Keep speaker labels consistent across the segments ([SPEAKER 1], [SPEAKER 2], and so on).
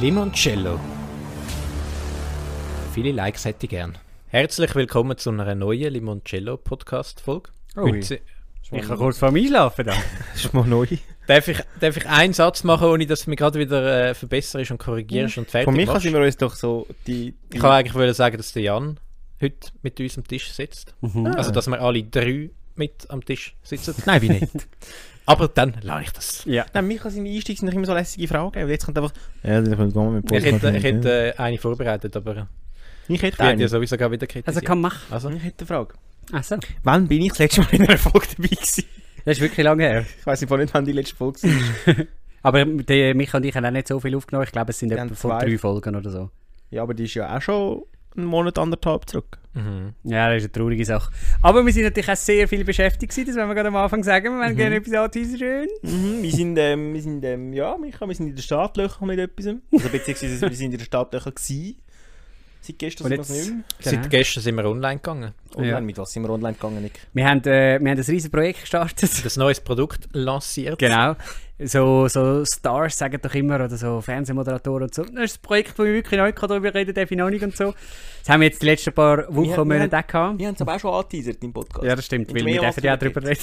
[SPEAKER 1] Limoncello. Viele Likes hätte ich gern.
[SPEAKER 2] Herzlich willkommen zu einer neuen Limoncello-Podcast-Folge.
[SPEAKER 3] Ui,
[SPEAKER 2] Heute
[SPEAKER 3] ich kann kurz vor mir schlafen dann.
[SPEAKER 1] Ist mal neu.
[SPEAKER 2] darf, ich, darf ich einen Satz machen, ohne dass du mich gerade wieder äh, verbesserst und korrigierst und fertig
[SPEAKER 4] Von mir aus
[SPEAKER 2] machst?
[SPEAKER 4] sind wir uns doch so die. die
[SPEAKER 2] Ich kann eigentlich wollen sagen, dass der Jan heute mit uns am Tisch sitzt. Also, dass wir alle drei mit am Tisch sitzen.
[SPEAKER 1] Nein, wie nicht.
[SPEAKER 2] Aber dann lasse ich das.
[SPEAKER 3] Ja.
[SPEAKER 4] Nein, Micha, seine Einstiege sind doch immer so lässige Fragen. Und jetzt kommt einfach. Ja, dann können wir mit
[SPEAKER 2] Ich hätte, ich hätte äh, eine vorbereitet, aber
[SPEAKER 4] ich hätte
[SPEAKER 2] ich werde ja
[SPEAKER 4] eine.
[SPEAKER 2] sowieso gar wieder kritisiert.
[SPEAKER 3] Also kann machen.
[SPEAKER 2] Also,
[SPEAKER 4] Ich hätte eine Frage.
[SPEAKER 3] Also,
[SPEAKER 4] Wann bin ich das letzte Mal in einer Folge dabei gewesen?
[SPEAKER 3] das ist wirklich lange her.
[SPEAKER 4] Ich weiss nicht, wann nicht, wann die letzte Folge war.
[SPEAKER 3] Aber der Micha und ich haben auch nicht so viel aufgenommen. Ich glaube, es sind
[SPEAKER 4] Wir
[SPEAKER 3] etwa
[SPEAKER 4] haben
[SPEAKER 3] vor
[SPEAKER 4] zwei.
[SPEAKER 3] drei Folgen oder so.
[SPEAKER 4] ja, aber die ist ja auch schon einen Monat, anderthalb zurück.
[SPEAKER 3] Ja, das ist eine traurige Sache. Aber wir sind natürlich auch sehr viel beschäftigt gewesen, das wollen wir gerade am Anfang sagen. Wir wollen gerne etwas anteasern. schön.
[SPEAKER 4] Mhm, wir sind, ähm, wir sind ähm, ja, Micha, wir sind in den Startlöchern mit etwas. Also, beziehungsweise wir sind in den Startlöchern gewesen. Seit gestern
[SPEAKER 3] Und
[SPEAKER 4] sind wir es
[SPEAKER 3] jetzt-
[SPEAKER 4] nicht mehr.
[SPEAKER 3] Genau.
[SPEAKER 2] seit gestern sind wir online gegangen.
[SPEAKER 4] Online,
[SPEAKER 3] Ja.
[SPEAKER 4] Oh, mit was sind wir online gegangen, Nick?
[SPEAKER 3] Wir haben, äh, wir haben ein riesiges Projekt gestartet.
[SPEAKER 2] Das neues Produkt lanciert.
[SPEAKER 3] Genau. So, so Stars sagen doch immer, oder so Fernsehmoderatoren und so. Das ist ein Projekt, wo ich wirklich neu darüber reden darf, ich noch nicht und so. Das haben wir jetzt die letzten paar Wochen
[SPEAKER 4] Wir- wir
[SPEAKER 3] und Monate
[SPEAKER 4] haben-
[SPEAKER 3] auch gehabt.
[SPEAKER 4] Wir haben es aber auch schon angeteasert im Podcast.
[SPEAKER 3] Ja, das stimmt,
[SPEAKER 4] Und
[SPEAKER 3] weil wir
[SPEAKER 4] mehrmals
[SPEAKER 3] dürfen ja auch
[SPEAKER 4] drüber
[SPEAKER 3] darüber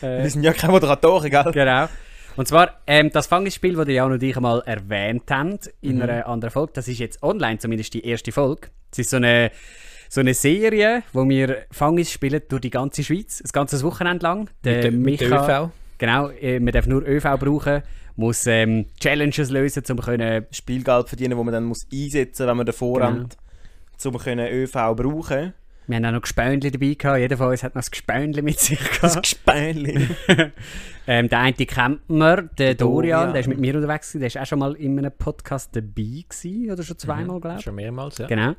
[SPEAKER 3] reden.
[SPEAKER 4] Wir sind ja keine Moderatoren, gell?
[SPEAKER 3] genau. Und zwar ähm, das Fangesspiel, das Jan und ich einmal erwähnt haben in einer anderen Folge. Das ist jetzt online, zumindest die erste Folge. Es ist so eine, so eine Serie, wo wir Fangis spielen durch die ganze Schweiz, das ganze Wochenende lang. Der
[SPEAKER 2] Mit der
[SPEAKER 3] Micha-
[SPEAKER 2] ÖV.
[SPEAKER 3] Genau, äh, man darf nur ÖV brauchen, muss ähm, Challenges lösen, um können.
[SPEAKER 4] Spielgeld verdienen, das man dann muss einsetzen muss, wenn man davor
[SPEAKER 3] Genau.
[SPEAKER 4] rennt, um können ÖV brauchen
[SPEAKER 3] Wir haben auch noch Gespöndli dabei gehabt. Jeder von uns hat noch ein Gespöndli mit sich
[SPEAKER 4] Das
[SPEAKER 3] gehabt.
[SPEAKER 4] Gespänli.
[SPEAKER 3] Ähm, der eine kennt man, der Dorian,
[SPEAKER 4] Dorian.
[SPEAKER 3] der ist mit mir unterwegs, gewesen, der ist auch schon mal in einem Podcast dabei gewesen, oder schon zweimal, glaube ich.
[SPEAKER 2] Schon mehrmals, ja.
[SPEAKER 3] Genau.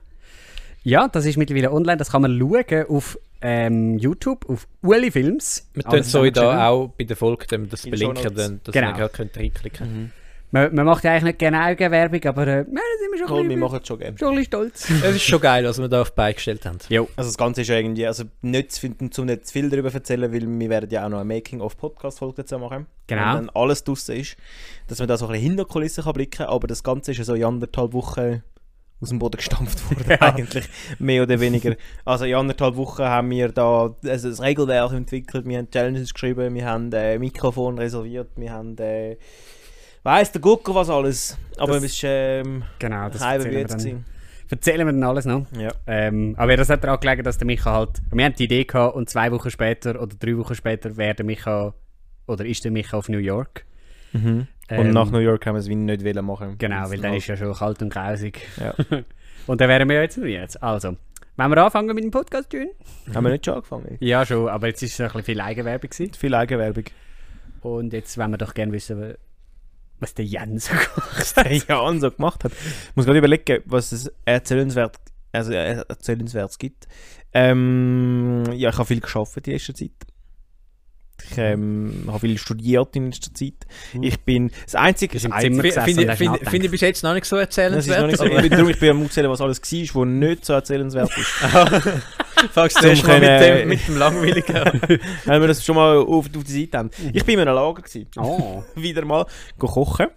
[SPEAKER 3] Ja, das ist mittlerweile online, das kann man schauen auf ähm, YouTube, auf Uli Films.
[SPEAKER 2] Ah, Wir tun
[SPEAKER 3] Also,
[SPEAKER 2] so
[SPEAKER 3] Alles zusammengeschrieben.
[SPEAKER 2] da auch bei der Folge dann das
[SPEAKER 4] In den
[SPEAKER 2] belinken,
[SPEAKER 4] Shownotes.
[SPEAKER 2] dann, dass
[SPEAKER 3] Genau.
[SPEAKER 2] ihr gerade könnt reinklicken
[SPEAKER 3] Man, man macht ja eigentlich nicht gerne Eigenwerbung, aber äh, nein, da sind wir schon,
[SPEAKER 4] Komm,
[SPEAKER 3] ein
[SPEAKER 4] wir
[SPEAKER 3] bisschen-
[SPEAKER 4] machen es schon gerne.
[SPEAKER 3] schon ein bisschen stolz.
[SPEAKER 2] Es Mhm. ist schon geil, was wir da auf die Beine gestellt haben.
[SPEAKER 3] jo.
[SPEAKER 4] Also das Ganze ist ja irgendwie, also nicht zu finden, um nicht zu viel darüber zu erzählen, weil wir werden ja auch noch eine Making-of-Podcast-Folge dazu machen.
[SPEAKER 3] Genau.
[SPEAKER 4] Wenn dann alles draussen ist, dass man da so ein bisschen hinter die Kulissen kann blicken kann, aber das Ganze ist ja so in anderthalb Wochen aus dem Boden gestampft worden eigentlich, mehr oder weniger. Also in anderthalb Wochen haben wir da also das Regelwerk entwickelt, wir haben Challenges geschrieben, wir haben äh, Mikrofon reserviert, wir haben äh, weiss der Gucker was alles, aber
[SPEAKER 3] Das-
[SPEAKER 4] es ist ähm,
[SPEAKER 3] Genau, das
[SPEAKER 4] halb wie
[SPEAKER 3] erzählen wir,
[SPEAKER 4] jetzt
[SPEAKER 3] dann,
[SPEAKER 4] gewesen.
[SPEAKER 3] erzählen wir dann alles noch.
[SPEAKER 4] Ja.
[SPEAKER 3] Ähm, aber das hat daran gelegen, dass der Micha halt. Wir haben die Idee gehabt und zwei Wochen später oder drei Wochen später wäre der Micha oder ist der Micha auf New York.
[SPEAKER 4] Und
[SPEAKER 3] Ähm,
[SPEAKER 4] nach New York haben wir es wie nicht wollen machen.
[SPEAKER 3] Genau, weil dann ist ja schon kalt und grausig.
[SPEAKER 4] Ja.
[SPEAKER 3] und dann wären wir ja jetzt noch jetzt. Also, wenn wir anfangen mit dem Podcast, Jun?
[SPEAKER 4] Haben wir nicht schon angefangen?
[SPEAKER 3] Ja, schon, aber jetzt ist es ein bisschen viel Eigenwerbung. Gewesen.
[SPEAKER 4] Viel Eigenwerbung.
[SPEAKER 3] Und jetzt wollen wir doch gerne wissen, was der Jan so gemacht hat.
[SPEAKER 4] ja, und so gemacht hat. Ich muss gerade überlegen, was es erzählenswert, also äh, erzählenswertes gibt. Ähm, ja, ich habe viel geschafft in letzter Zeit. Ich ähm, habe viel studiert in letzter Zeit. Ich bin das einzige,
[SPEAKER 3] Hm. Wir sind
[SPEAKER 4] das
[SPEAKER 2] Finde
[SPEAKER 3] Zimmer gesessen
[SPEAKER 4] einzige
[SPEAKER 2] finde-
[SPEAKER 3] und hast
[SPEAKER 2] finde-
[SPEAKER 3] nachgedacht.
[SPEAKER 2] finde ich bis jetzt noch nicht so
[SPEAKER 4] das ist noch
[SPEAKER 2] erzählenswert.
[SPEAKER 4] nicht so, ich bin, darum, ich bin am erzählen, was alles war, was nicht so erzählenswert ist.
[SPEAKER 2] Fangst du
[SPEAKER 4] Zum
[SPEAKER 2] erst mal mit
[SPEAKER 4] können-
[SPEAKER 2] dem, mit dem Langweiligen an.
[SPEAKER 4] Wenn wir das schon mal auf, auf die Seite haben. Ich bin in einem Lager, gewesen,
[SPEAKER 3] Mhm. Oh.
[SPEAKER 4] wieder mal, go kochen.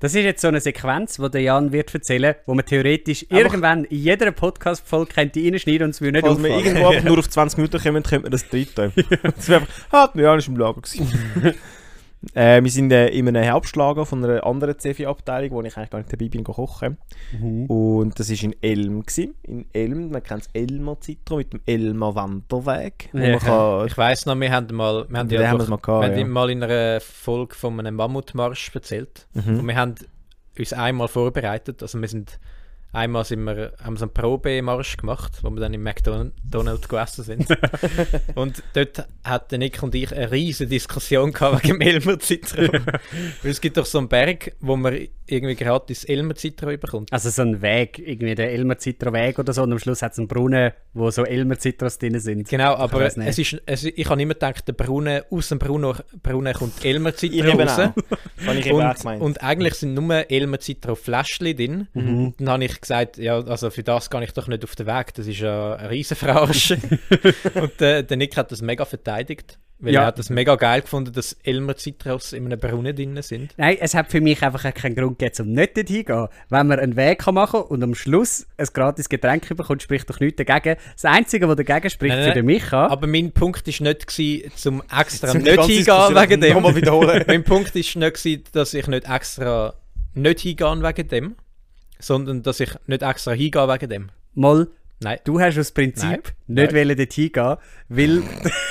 [SPEAKER 3] Das ist jetzt so eine Sequenz, die der Jan wird erzählen, wo man theoretisch irgendwann in jeder Podcast-Folge könnte reinschneiden und es würde nicht
[SPEAKER 4] Falls wir
[SPEAKER 3] auffallen.
[SPEAKER 4] irgendwo ab- nur auf 20 Minuten kommen, könnte man das dritte. das wäre einfach, ah, ja, ist im Lager gewesen. äh, wir sind äh, in einem Herbstlager von einer anderen C4-Abteilung, wo ich eigentlich gar nicht dabei bin, go kochen.
[SPEAKER 2] Mhm.
[SPEAKER 4] Und das war in Elm. Gewesen. In Elm, man kennt das Elmer Zentrum mit dem Elmer Wanderweg. Wo
[SPEAKER 3] Ja.
[SPEAKER 4] man kann,
[SPEAKER 2] Ich weiss noch, wir haben mal, wir haben
[SPEAKER 4] Den
[SPEAKER 2] ja
[SPEAKER 4] haben
[SPEAKER 2] doch,
[SPEAKER 4] wir mal gehabt,
[SPEAKER 2] wir haben
[SPEAKER 4] ja.
[SPEAKER 2] mal in einer Folge von einem Mammutmarsch erzählt.
[SPEAKER 4] Mhm.
[SPEAKER 2] Und wir haben uns einmal vorbereitet. Also wir sind einmal sind wir, haben wir so einen Probemarsch gemacht, wo wir dann im McDonald's gegessen sind. und dort hat der Nick und ich eine riesige Diskussion gehabt wegen dem Elmer-Zitron. Weil es gibt doch so einen Berg, wo man irgendwie gratis Elmer-Zitron bekommt.
[SPEAKER 3] Also so ein Weg, irgendwie der Elmer-Zitro-Weg oder so und am Schluss hat es einen Brunnen, wo so Elmer-Zitros drin sind.
[SPEAKER 2] Genau, aber
[SPEAKER 3] weiß nicht.
[SPEAKER 2] es ist, es, ich habe immer gedacht, der Brunnen, aus dem Brunnen, Brunnen kommt Elmer-Zitron
[SPEAKER 4] Ich eben
[SPEAKER 2] raus.
[SPEAKER 4] auch. Habe ich eben auch
[SPEAKER 2] und,
[SPEAKER 4] gemeint.
[SPEAKER 2] und eigentlich sind nur Elmer Zitro Fläschchen drin. Dann habe ich ich gesagt, ja, also für das kann ich doch nicht auf den Weg, das ist ja eine Riesenfrage. und äh, der Nick hat das mega verteidigt, weil
[SPEAKER 3] Ja.
[SPEAKER 2] er hat das mega geil gefunden, dass Elmer Zitrus in einem Brunnen drin sind.
[SPEAKER 3] Nein, es hat für mich einfach keinen Grund gegeben, um nicht dorthin zu gehen. Wenn man einen Weg kann machen kann und am Schluss ein gratis Getränk bekommt, spricht doch nichts dagegen. Das Einzige, was dagegen spricht,
[SPEAKER 2] Nein, nein,
[SPEAKER 3] für den Micha,
[SPEAKER 2] Aber mein Punkt war nicht, gewesen, zum extra
[SPEAKER 4] Zum
[SPEAKER 2] nicht
[SPEAKER 4] ganzen
[SPEAKER 2] hingehen
[SPEAKER 4] Diskussion
[SPEAKER 2] wegen dem.
[SPEAKER 4] nochmal wiederholen.
[SPEAKER 2] mein Punkt war nicht, gewesen, dass ich nicht extra nicht hingehe wegen dem, sondern dass ich nicht extra hingehe wegen dem.
[SPEAKER 3] mal,
[SPEAKER 2] Nein.
[SPEAKER 3] du hast aus Prinzip
[SPEAKER 2] Nein.
[SPEAKER 3] nicht wollen dorthin gehen, weil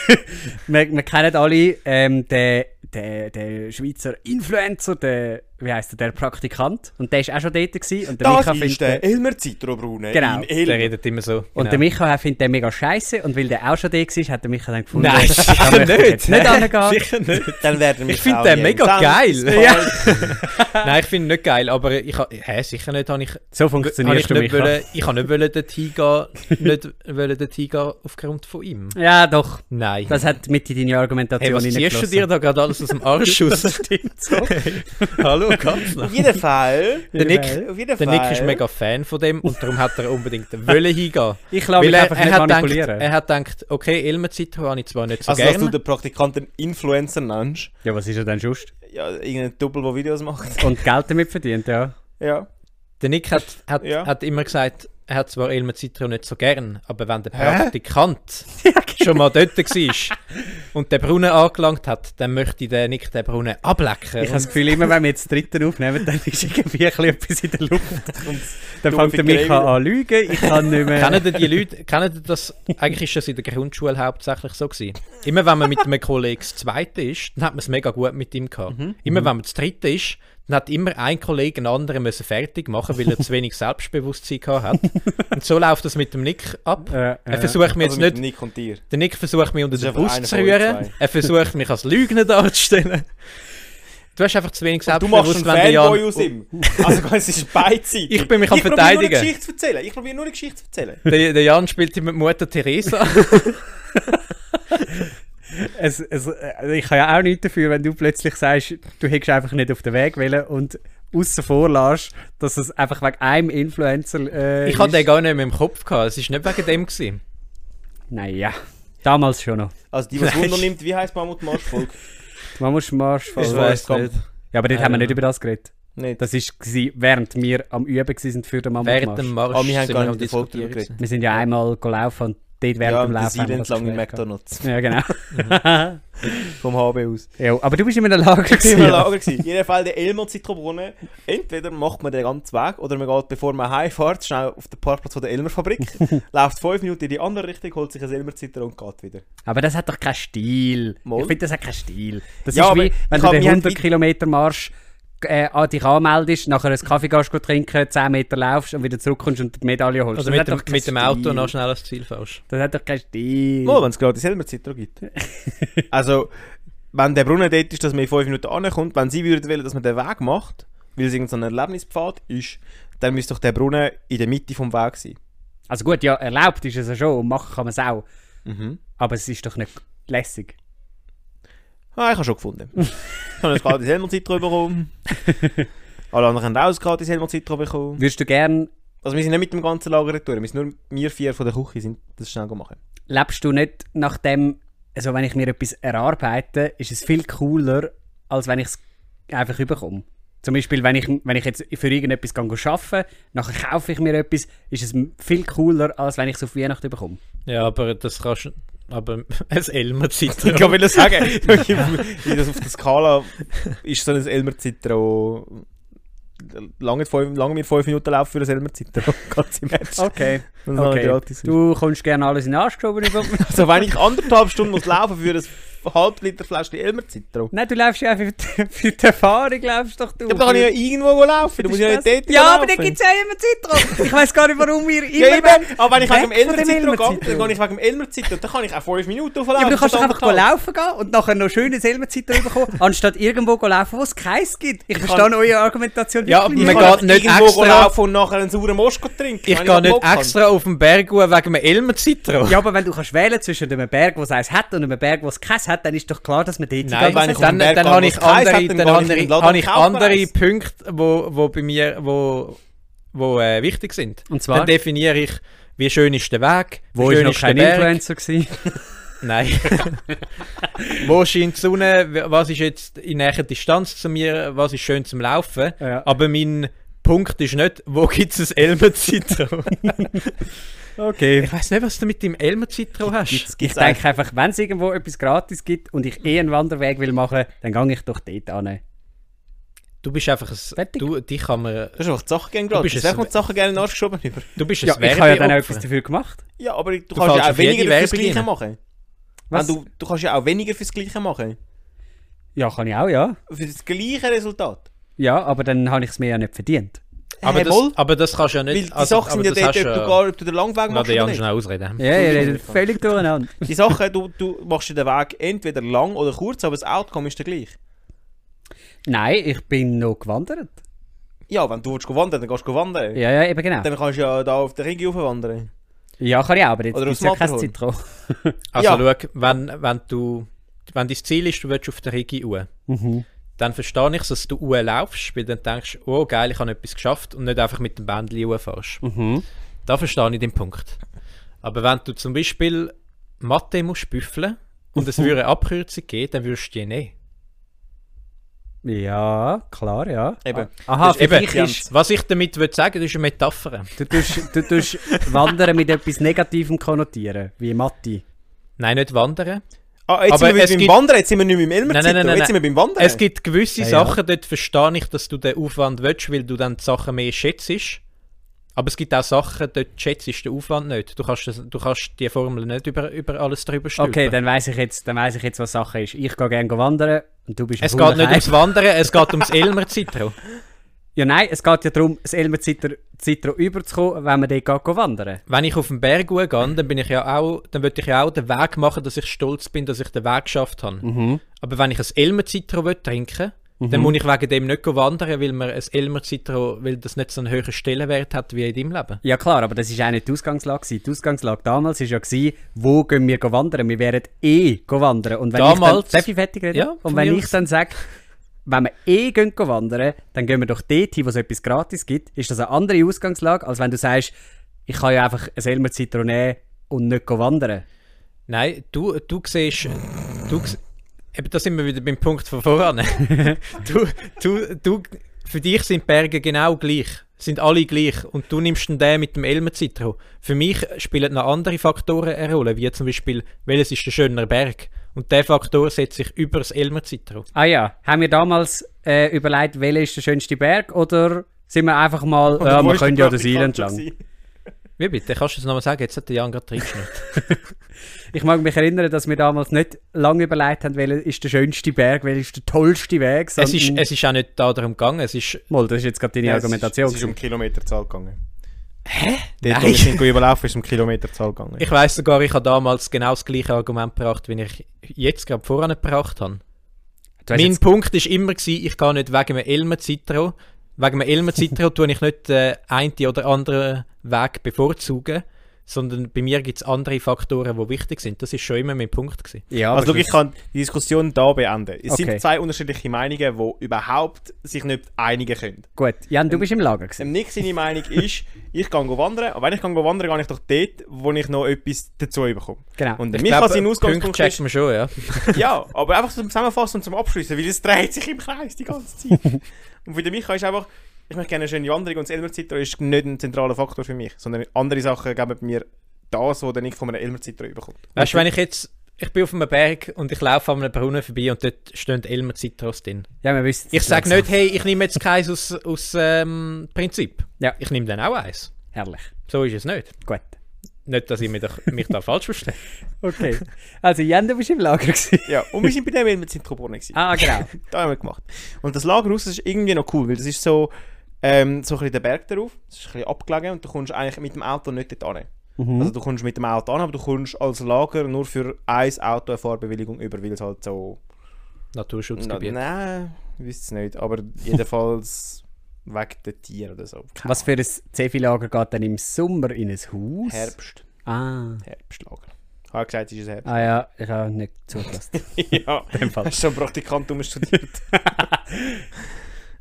[SPEAKER 3] wir, wir kennen alle ähm, den, den, den Schweizer Influencer, den, wie heisst er, der Praktikant. Und der war auch schon dort. Gewesen, und der
[SPEAKER 4] Das
[SPEAKER 3] Micha
[SPEAKER 4] ist
[SPEAKER 3] findet-
[SPEAKER 4] der Elmer Zitrobrunnen
[SPEAKER 3] Genau.
[SPEAKER 4] in
[SPEAKER 2] Der
[SPEAKER 4] Elmer.
[SPEAKER 2] redet immer so.
[SPEAKER 3] Und
[SPEAKER 2] genau.
[SPEAKER 3] der Micha findet den mega scheiße und weil der auch schon da war, hat der Micha dann gefunden,
[SPEAKER 2] Nein,
[SPEAKER 3] da
[SPEAKER 2] sicher
[SPEAKER 3] möchte ich
[SPEAKER 2] nicht.
[SPEAKER 3] jetzt nicht angehen.
[SPEAKER 2] Sicher nicht.
[SPEAKER 4] Dann werden wir
[SPEAKER 2] Ich finde
[SPEAKER 4] auch
[SPEAKER 2] den
[SPEAKER 4] nie
[SPEAKER 2] mega
[SPEAKER 4] zusammen-
[SPEAKER 2] geil.
[SPEAKER 4] Ja.
[SPEAKER 2] Nein, ich finde ihn nicht geil, aber ich ha- hä, sicher nicht, habe ich, hab
[SPEAKER 3] So
[SPEAKER 2] ich nicht
[SPEAKER 3] funktioniert der Micha.
[SPEAKER 2] wollen, ich habe nicht wollen dorthin gehen, nicht wollen dorthin gehen aufgrund von ihm.
[SPEAKER 3] Ja, doch.
[SPEAKER 2] Nein.
[SPEAKER 3] Das hat mit in deine Argumentation
[SPEAKER 2] Hey, was ziehst du dir da gerade alles aus dem Arsch aus?
[SPEAKER 3] stimmt so.
[SPEAKER 2] Hallo, ganz
[SPEAKER 4] Auf jeden Fall.
[SPEAKER 2] Der Nick,
[SPEAKER 4] Auf
[SPEAKER 2] der
[SPEAKER 4] jeden Fall.
[SPEAKER 2] Nick ist mega Fan von dem und darum hat er unbedingt wollen hingehen.
[SPEAKER 3] Ich lasse
[SPEAKER 2] Weil
[SPEAKER 3] mich
[SPEAKER 2] er,
[SPEAKER 3] einfach
[SPEAKER 2] er,
[SPEAKER 3] nicht
[SPEAKER 2] hat gedacht,
[SPEAKER 3] manipulieren.
[SPEAKER 2] er hat gedacht, okay, Elmer Zitro habe ich zwar nicht so
[SPEAKER 4] Also, dass du
[SPEAKER 2] gerne.
[SPEAKER 4] den Praktikanten Influencer nennst.
[SPEAKER 3] ja, was ist er denn sonst?
[SPEAKER 4] Ja, irgendein Doppel, der Videos macht.
[SPEAKER 3] Und Geld damit verdient, ja.
[SPEAKER 4] Ja.
[SPEAKER 2] Der Nick hat, hat,
[SPEAKER 4] Ja.
[SPEAKER 2] hat immer gesagt, er hat zwar Elmer Citro nicht so gern, aber wenn der
[SPEAKER 4] Hä?
[SPEAKER 2] Praktikant schon mal dort war und den Brunnen angelangt hat, dann möchte der Nick den Brunnen ablecken.
[SPEAKER 3] Ich habe das Gefühl, immer wenn wir jetzt Dritten aufnehmen, dann ist irgendwie ein bisschen etwas in der Luft.
[SPEAKER 4] Und
[SPEAKER 3] dann
[SPEAKER 4] dumme
[SPEAKER 3] fängt der Micha
[SPEAKER 4] Gräber.
[SPEAKER 3] an zu lügen, ich kann nicht mehr...
[SPEAKER 2] Kennen die Leute, kennen ihr das, eigentlich ist das in der Grundschule hauptsächlich so gewesen. Immer wenn man mit einem Kollegen das Zweite ist, dann hat man es mega gut mit ihm gehabt.
[SPEAKER 4] Mhm.
[SPEAKER 2] Immer wenn man das Dritte ist, dann hat immer ein Kollege einen anderen müssen fertig machen, weil er zu wenig Selbstbewusstsein gehabt hat. Und so läuft das mit dem Nick ab.
[SPEAKER 3] Äh,
[SPEAKER 2] Er
[SPEAKER 3] äh.
[SPEAKER 2] versucht mir
[SPEAKER 4] Also
[SPEAKER 2] jetzt nicht,
[SPEAKER 4] mit dem Nick und dir.
[SPEAKER 2] der Nick versucht mich unter
[SPEAKER 4] Das ist
[SPEAKER 2] den
[SPEAKER 4] einfach
[SPEAKER 2] Bus
[SPEAKER 4] einer
[SPEAKER 2] zu
[SPEAKER 4] von euch
[SPEAKER 2] rühren,
[SPEAKER 4] zwei.
[SPEAKER 2] er versucht mich als Lügner darzustellen. Du hast einfach zu wenig
[SPEAKER 4] Oh, Du machst
[SPEAKER 2] Selbstbewusstsein,
[SPEAKER 4] einen
[SPEAKER 2] wenn der Jan- Oh,
[SPEAKER 4] Fanboy aus ihm. Also, es ist beidseitig.
[SPEAKER 2] Ich bin mich am
[SPEAKER 4] probiere nur eine
[SPEAKER 2] verteidigen.
[SPEAKER 4] Geschichte zu erzählen. Ich probiere nur eine Geschichte zu erzählen.
[SPEAKER 2] der, der Jan spielt mit Mutter Teresa.
[SPEAKER 3] Es, es, also ich kann ja auch nichts dafür, wenn du plötzlich sagst, du hättest einfach nicht auf den Weg wählen und außen vor lässt, dass es einfach wegen einem Influencer äh,
[SPEAKER 2] Ich hatte den
[SPEAKER 3] ist.
[SPEAKER 2] gar nicht mehr im Kopf gehabt. Es ist nicht wegen dem gewesen.
[SPEAKER 3] Naja, damals schon noch.
[SPEAKER 4] Also, die, was
[SPEAKER 2] Nein.
[SPEAKER 4] Wunder nimmt, wie heisst Mammut Marsch? Volk?
[SPEAKER 3] Man muss Marsch
[SPEAKER 4] Ich
[SPEAKER 3] folgen.
[SPEAKER 4] weiß nicht.
[SPEAKER 3] Ja, aber dort
[SPEAKER 2] Nein,
[SPEAKER 3] haben wir
[SPEAKER 2] nein.
[SPEAKER 3] nicht über das geredet.
[SPEAKER 4] Nicht.
[SPEAKER 3] Das war, gewesen, während wir am Üben waren für den
[SPEAKER 2] Während dem
[SPEAKER 3] Mammutmarsch.
[SPEAKER 2] Marsch.
[SPEAKER 4] Ah, wir haben
[SPEAKER 2] sind
[SPEAKER 4] gar
[SPEAKER 2] am
[SPEAKER 4] nicht mit der Folge drüber
[SPEAKER 2] Diskutieren
[SPEAKER 4] geredet.
[SPEAKER 3] Wir sind ja einmal gelaufen und dort während
[SPEAKER 4] ja,
[SPEAKER 3] dem
[SPEAKER 4] und
[SPEAKER 3] Lauf
[SPEAKER 4] das
[SPEAKER 3] haben wir das
[SPEAKER 4] entlang in
[SPEAKER 3] Gespräch gehabt.
[SPEAKER 4] McDonalds.
[SPEAKER 3] Ja, genau.
[SPEAKER 4] Vom HB aus.
[SPEAKER 3] ja, aber du bist immer in der Lage
[SPEAKER 4] Ich
[SPEAKER 3] gewesen.
[SPEAKER 4] war im Lager. gewesen. Jeden Fall der Elmer Zitrobrunnen. Entweder macht man den ganzen Weg oder man geht, bevor man heimfährt, schnell auf den Parkplatz von der Elmer Fabrik, läuft fünf Minuten in die andere Richtung, holt sich ein Elmer Zitro und geht wieder.
[SPEAKER 3] Aber das hat doch keinen Stil.
[SPEAKER 4] Mal.
[SPEAKER 3] Ich finde, das hat keinen Stil. Das
[SPEAKER 4] Ja,
[SPEAKER 3] ist
[SPEAKER 4] aber
[SPEAKER 3] wie, wenn
[SPEAKER 4] ich
[SPEAKER 3] du
[SPEAKER 4] hab- halt
[SPEAKER 3] den
[SPEAKER 4] wir haben-
[SPEAKER 3] 100-Kilometer-Marsch äh, an dich anmeldest, nachher einen Kaffee gehst gut trinken, 10 Meter laufst und wieder zurückkommst und die Medaille holst.
[SPEAKER 2] Oder
[SPEAKER 3] das
[SPEAKER 2] Also mit
[SPEAKER 3] hat
[SPEAKER 2] dem,
[SPEAKER 3] doch keinen
[SPEAKER 2] mit dem Auto
[SPEAKER 3] Stil.
[SPEAKER 2] noch schnell ans Ziel fährst.
[SPEAKER 3] Das hat doch keinen Stil.
[SPEAKER 4] Mal, wenn es gerade ein Elmer Zitro gibt. also, wenn der Brunnen dort ist, dass man in fünf Minuten ankommt, wenn sie würden wollen, dass man den Weg macht, weil es irgendein Erlebnispfad ist, dann müsste doch der Brunnen in der Mitte vom Weg sein.
[SPEAKER 3] Also gut, ja, erlaubt ist es ja schon und machen kann man es auch.
[SPEAKER 4] Mhm.
[SPEAKER 3] Aber es ist doch nicht lässig.
[SPEAKER 4] Ah, ich habe schon gefunden. ich habe ein gratis Helmer-Zitro bekommen. Alle anderen haben auch ein gratis Helmer-Zitro bekommen.
[SPEAKER 3] Würdest du gern,
[SPEAKER 4] Also wir sind nicht mit dem ganzen Lager retour, wir sind nur wir vier von der Küche sind das schnell machen.
[SPEAKER 3] lebst du nicht nach dem, also wenn ich mir etwas erarbeite, ist es viel cooler, als wenn ich es einfach überkomme. Zum Beispiel, wenn ich, wenn ich jetzt für irgendetwas gehe arbeiten nachher kaufe ich mir etwas, ist es m- viel cooler, als wenn ich es auf Weihnachten bekomme.
[SPEAKER 2] Ja, aber das kannst du. Aber ein Elmer
[SPEAKER 4] Ich kann
[SPEAKER 2] Zitro.
[SPEAKER 4] will sagen, wie das auf der Skala ist so ein Elmer Zitro lange, fünf- lange wir fünf Minuten laufen für ein Elmer Zitro ganz im Match.
[SPEAKER 3] Okay.
[SPEAKER 4] Wenn es noch nicht gratis ist.
[SPEAKER 3] Du kommst gerne alles in den Arsch geschoben. über-
[SPEAKER 4] Also wenn ich anderthalb Stunden muss laufen für ein halb Liter Fläschchen Elmer Zitro,
[SPEAKER 3] Nein, du läufst ja einfach für die- für die Erfahrung, läufst doch du.
[SPEAKER 4] dann kann ich ja irgendwo laufen, da muss ich ja nicht dort
[SPEAKER 3] Ja, aber
[SPEAKER 4] laufen.
[SPEAKER 3] dann gibt es ja immer Zeitraum. Ich weiß gar nicht, warum wir immer...
[SPEAKER 4] ja, eben, aber wenn ich
[SPEAKER 3] weg
[SPEAKER 4] wegen dem
[SPEAKER 3] von
[SPEAKER 4] Elmer
[SPEAKER 3] dem
[SPEAKER 4] Zitro
[SPEAKER 3] Elmer-Zitro.
[SPEAKER 4] gehe, dann gehe ich wegen dem Elmer Zitro, dann kann ich auch fünf Minuten laufen.
[SPEAKER 3] Ja, aber du kannst doch einfach laufen gehen und nachher noch schöne Silberzeit drüber bekommen, anstatt irgendwo go laufen, wo es keins gibt. Ich verstehe eure Argumentation
[SPEAKER 2] Ja,
[SPEAKER 3] wirklich
[SPEAKER 2] aber
[SPEAKER 3] nicht.
[SPEAKER 4] Man
[SPEAKER 2] man
[SPEAKER 4] kann
[SPEAKER 2] geht nicht
[SPEAKER 4] irgendwo
[SPEAKER 2] extra-
[SPEAKER 4] laufen und nachher einen sauren Moschko trinken.
[SPEAKER 2] Ich
[SPEAKER 4] wenn
[SPEAKER 2] gehe nicht
[SPEAKER 4] Bock habe.
[SPEAKER 2] extra auf den Berg hoch wegen einem Elmer Zitro.
[SPEAKER 3] Ja, aber wenn du kannst wählen zwischen einem Berg, wo es eins hat und einem Berg, wo es keins hat, dann ist doch klar, dass man dort
[SPEAKER 2] Nein,
[SPEAKER 4] wenn
[SPEAKER 2] dann,
[SPEAKER 4] ich auf
[SPEAKER 2] dann,
[SPEAKER 4] den Berg
[SPEAKER 2] dann
[SPEAKER 4] gehe,
[SPEAKER 2] habe
[SPEAKER 4] wo
[SPEAKER 2] ich
[SPEAKER 4] es keins hat,
[SPEAKER 2] andere,
[SPEAKER 4] dann
[SPEAKER 2] dann
[SPEAKER 4] gehe ich in den
[SPEAKER 2] andere,
[SPEAKER 4] Laden
[SPEAKER 2] habe ich
[SPEAKER 4] und kaufe
[SPEAKER 2] andere
[SPEAKER 4] eins.
[SPEAKER 2] Punkte, wo, wo bei mir, wo, die äh, wichtig sind.
[SPEAKER 3] Und zwar,
[SPEAKER 2] Dann definiere ich, wie schön ist der Weg,
[SPEAKER 3] wo
[SPEAKER 2] wie
[SPEAKER 3] ich
[SPEAKER 2] schön
[SPEAKER 3] noch kein
[SPEAKER 2] der Berg.
[SPEAKER 3] Influencer gewesen.
[SPEAKER 2] Nein. wo scheint die Sonne? w- Was ist jetzt in näherer Distanz zu mir? Was ist schön zum Laufen?
[SPEAKER 3] Ja.
[SPEAKER 2] Aber mein Punkt ist nicht, wo gibt es ein Elmer-Zitron?
[SPEAKER 3] Okay.
[SPEAKER 2] ich weiß nicht, was du mit dem Elmer-Zitron hast.
[SPEAKER 4] Gibt's,
[SPEAKER 3] Ich
[SPEAKER 4] gibt's
[SPEAKER 3] denke einfach, wenn es irgendwo etwas gratis gibt und ich eh einen Wanderweg will machen, dann gehe ich doch dort an.
[SPEAKER 2] Du bist einfach ein.
[SPEAKER 3] Fertig.
[SPEAKER 2] Du, dich kann man,
[SPEAKER 4] Du hast einfach die Sachen gerne
[SPEAKER 2] Du
[SPEAKER 4] gerade.
[SPEAKER 2] bist
[SPEAKER 4] Du
[SPEAKER 2] ein
[SPEAKER 4] hast die Sachen gerne in den Arsch geschoben. Über.
[SPEAKER 2] du bist ein
[SPEAKER 3] Ja, ich habe ja dann auch
[SPEAKER 2] Werbeopfer.
[SPEAKER 3] etwas dafür gemacht.
[SPEAKER 4] Ja, aber du,
[SPEAKER 2] fällst
[SPEAKER 4] kannst ja
[SPEAKER 2] auf
[SPEAKER 4] auch
[SPEAKER 2] jede
[SPEAKER 4] weniger fürs
[SPEAKER 2] Werbung
[SPEAKER 4] Gleiche
[SPEAKER 2] rein.
[SPEAKER 4] machen. Wenn
[SPEAKER 3] Was?
[SPEAKER 4] du, du kannst ja auch weniger fürs Gleiche machen.
[SPEAKER 3] Ja, kann ich auch, ja.
[SPEAKER 4] Für das gleiche Resultat.
[SPEAKER 3] Ja, aber dann habe ich es mir ja nicht verdient.
[SPEAKER 2] Aber,
[SPEAKER 4] Hey,
[SPEAKER 2] das,
[SPEAKER 4] wohl.
[SPEAKER 2] aber das kannst du ja
[SPEAKER 4] Weil
[SPEAKER 2] nicht.
[SPEAKER 4] die Sachen sind ja
[SPEAKER 2] Äh, also, das
[SPEAKER 4] dort,
[SPEAKER 2] hast
[SPEAKER 4] ob
[SPEAKER 2] ja-
[SPEAKER 4] du, gar, ob du den Langweg
[SPEAKER 2] Lass
[SPEAKER 4] machst
[SPEAKER 2] den
[SPEAKER 4] oder
[SPEAKER 2] Jan
[SPEAKER 4] nicht.
[SPEAKER 2] schnell ausreden.
[SPEAKER 3] Ja, ihr redet völlig durcheinander.
[SPEAKER 4] Die Sachen, du, du machst dir den Weg entweder lang oder kurz, aber das Outcome ist der gleiche.
[SPEAKER 3] Nein, ich bin noch gewandert.
[SPEAKER 4] Ja, wenn du willst wandern dann gehst du wandern.
[SPEAKER 3] Ja, ja, eben genau.
[SPEAKER 4] Dann kannst du ja da auf der Regie wandern.
[SPEAKER 3] Ja, kann ich auch, aber jetzt
[SPEAKER 4] Oder
[SPEAKER 3] gibt es
[SPEAKER 4] aufs
[SPEAKER 3] ja kein
[SPEAKER 4] Matterhorn.
[SPEAKER 3] Zitron.
[SPEAKER 2] Also
[SPEAKER 4] Ja.
[SPEAKER 2] schau, wenn, wenn du. Wenn dein Ziel ist, du willst auf der Rigi uhr,
[SPEAKER 3] Mhm.
[SPEAKER 2] dann verstehe ich, dass du uhr laufst, weil dann denkst du, oh geil, ich habe etwas geschafft und nicht einfach mit dem Bändchen uhr fährst.
[SPEAKER 3] Mhm.
[SPEAKER 2] Da verstehe ich den Punkt. Aber wenn du zum Beispiel Mathe musst büffeln und es würde eine Abkürzung geben, dann würdest du die nehmen.
[SPEAKER 3] Ja, klar, ja.
[SPEAKER 4] Eben.
[SPEAKER 3] Aha,
[SPEAKER 2] Das
[SPEAKER 3] für
[SPEAKER 2] ist eben-
[SPEAKER 3] dich ist,
[SPEAKER 2] Was ich damit will sagen, das ist eine Metapher.
[SPEAKER 3] du tust, du tust Wandern mit etwas Negativem konnotieren, wie Matti.
[SPEAKER 2] Nein, nicht wandern.
[SPEAKER 4] Ah, jetzt
[SPEAKER 2] Aber
[SPEAKER 4] sind wir
[SPEAKER 2] es
[SPEAKER 4] wieder beim
[SPEAKER 2] gibt-
[SPEAKER 4] Wandern, jetzt sind wir nicht mehr im elmer
[SPEAKER 2] Nein, nein, nein, nein,
[SPEAKER 4] jetzt sind wir beim Wandern.
[SPEAKER 2] Es gibt gewisse
[SPEAKER 3] Ja, ja.
[SPEAKER 2] Sachen, dort verstehe ich, dass du den Aufwand willst, weil du dann die Sachen mehr schätzt. Aber es gibt auch Sachen, dort schätzt du den Aufwand nicht. Du kannst, das, du kannst die Formel nicht über, über alles drüber stülpen.
[SPEAKER 3] Okay, dann weiss ich jetzt, dann weiss ich jetzt, was Sache ist. Ich gehe gerne wandern und du bist
[SPEAKER 2] es
[SPEAKER 3] ein
[SPEAKER 2] geht nicht
[SPEAKER 3] Hundeheim.
[SPEAKER 2] ums Wandern, es geht ums Elmer-Zitro.
[SPEAKER 3] Ja, nein, es geht ja darum, das Elmer Zitro- Zitro überzukommen, wenn man dort geht go wandern.
[SPEAKER 2] Wenn ich auf den Berg gehe, dann bin ich ja auch, dann will ich ja auch den Weg machen, dass ich stolz bin, dass ich den Weg geschafft habe.
[SPEAKER 4] Mhm.
[SPEAKER 2] Aber wenn ich ein Elmer Zitro trinken will, dann muss ich wegen dem nicht wandern, weil mir ein Elmer Zitro, weil das nicht so einen höheren Stellenwert hat wie in deinem Leben.
[SPEAKER 3] Ja klar, aber das war auch nicht die Ausgangslage. gewesen. Die Ausgangslage damals war ja, gewesen, wo gehen wir go wandern? Wir wären eh go wandern. Und wenn
[SPEAKER 2] Damals-
[SPEAKER 3] ich dann, darf ich fertig reden?
[SPEAKER 2] Ja,
[SPEAKER 3] Und
[SPEAKER 2] von
[SPEAKER 3] wenn
[SPEAKER 2] mir
[SPEAKER 3] ich
[SPEAKER 2] aus.
[SPEAKER 3] dann sage, wenn wir eh gehen go wandern, dann gehen wir doch dort hin, wo es etwas gratis gibt, ist das eine andere Ausgangslage, als wenn du sagst, ich kann ja einfach ein Elmer Zitro nehmen und nicht go wandern.
[SPEAKER 2] Nein, du, du siehst, du, gse- eben da sind wir wieder beim Punkt von voran. du, du, du, für dich sind Berge genau gleich, sind alle gleich und du nimmst dann den mit dem Elmer Zitro. Für mich spielen noch andere Faktoren eine Rolle, wie zum Beispiel, welches ist der schönere Berg? Und der Faktor setzt sich über das Elmer Zitro.
[SPEAKER 3] Ah ja, haben wir damals äh, überlegt, welcher ist der schönste Berg oder sind wir einfach mal, ja, wir können ja das Island lang.
[SPEAKER 2] Wie bitte? Kannst du das nochmal sagen? Jetzt hat der Jan gerade reingeschnitten.
[SPEAKER 3] Ich mag mich erinnern, dass wir damals nicht lange überlegt haben, welcher ist der schönste Berg, welcher ist der tollste Weg.
[SPEAKER 2] es, ist,
[SPEAKER 3] sondern-
[SPEAKER 2] es ist auch nicht da darum gegangen, es ist...
[SPEAKER 3] Mal, das ist jetzt gerade deine Argumentation.
[SPEAKER 4] Es ist um
[SPEAKER 3] gewesen.
[SPEAKER 4] Kilometerzahl gegangen. Hä?
[SPEAKER 2] Nein.
[SPEAKER 4] Dort, wo wir sind überlaufen, ist um Kilometerzahl gegangen.
[SPEAKER 2] Ich weiss sogar, ich habe damals genau das gleiche Argument gebracht, wie ich jetzt gerade voran gebracht habe.
[SPEAKER 3] Du hast
[SPEAKER 2] Mein
[SPEAKER 3] jetzt-
[SPEAKER 2] Punkt ist immer gewesen, ich gehe nicht wegen einem Elmer Citro. Wegen einem Elmer Citro tue ich nicht den einen oder anderen Weg bevorzugen, sondern bei mir gibt es andere Faktoren, die wichtig sind. Das ist schon immer mein Punkt gewesen.
[SPEAKER 3] ja,
[SPEAKER 4] also,
[SPEAKER 3] aber
[SPEAKER 4] schau, ich kann die Diskussion hier beenden. Es
[SPEAKER 3] Okay.
[SPEAKER 4] sind zwei unterschiedliche Meinungen, die überhaupt sich nicht einigen können.
[SPEAKER 3] gut. Jan, du bist im Lager gewesen.
[SPEAKER 4] Ähm, Nick seine Meinung ist, ich kann go wandern, und wenn ich kann go wandern, gehe ich doch dort, wo ich noch etwas dazu bekomme.
[SPEAKER 3] Genau.
[SPEAKER 4] Und
[SPEAKER 2] Ich
[SPEAKER 4] der Micha
[SPEAKER 2] glaube,
[SPEAKER 4] sein
[SPEAKER 2] Punkt
[SPEAKER 4] Ausgangspunkt
[SPEAKER 2] checkt
[SPEAKER 4] ist,
[SPEAKER 2] man schon, ja.
[SPEAKER 4] ja, aber einfach zum Zusammenfassen und zum Abschließen, weil es dreht sich im Kreis die ganze Zeit. und für den Micha ist einfach, ich möchte gerne eine schöne Wanderung und das Elmer-Zitro ist nicht ein zentraler Faktor für mich, sondern andere Sachen geben mir das, was der Nick von einem Elmer-Zitro bekommt.
[SPEAKER 2] Weißt du, wenn ich jetzt, ich bin auf einem Berg und ich laufe an einem Brunnen vorbei und dort stehen Elmer Citros drin.
[SPEAKER 3] Ja, wir wissen es
[SPEAKER 2] Ich sage
[SPEAKER 3] langsam.
[SPEAKER 2] nicht, hey, ich nehme jetzt keins aus, aus ähm, Prinzip.
[SPEAKER 3] Ja.
[SPEAKER 2] Ich nehme dann auch eins.
[SPEAKER 3] Herrlich.
[SPEAKER 2] So ist es nicht.
[SPEAKER 3] Gut.
[SPEAKER 2] Nicht, dass ich mich da, mich da falsch verstehe.
[SPEAKER 3] Okay. Also, Jan, du bist im Lager gewesen.
[SPEAKER 4] Ja, und wir sind bei dem Elmer-Zitro geboren. gewesen.
[SPEAKER 3] Ah, genau.
[SPEAKER 4] Da haben wir gemacht. Und das Lagerhaus ist irgendwie noch cool, weil das ist so, ähm, so ein bisschen der Berg darauf, es ist ein bisschen abgelegen und du kommst eigentlich mit dem Auto nicht dort hin.
[SPEAKER 2] Mhm.
[SPEAKER 4] Also du kommst mit dem Auto an, aber du kommst als Lager nur für ein Auto eine Fahrbewilligung über, weil es halt so... Na,
[SPEAKER 2] Naturschutzgebiet.
[SPEAKER 4] nein, ich wüsste es nicht, aber jedenfalls wegen der Tiere oder so.
[SPEAKER 3] Was für ein Zefi-Lager geht dann im Sommer in ein Haus?
[SPEAKER 4] Herbst,
[SPEAKER 3] Ah.
[SPEAKER 4] Herbstlager. Ich habe gesagt, es ist ein Herbst.
[SPEAKER 3] Ah ja, ich habe nicht zugelassen.
[SPEAKER 4] ja,
[SPEAKER 3] dem Fall.
[SPEAKER 4] hast du schon Praktikantum studiert.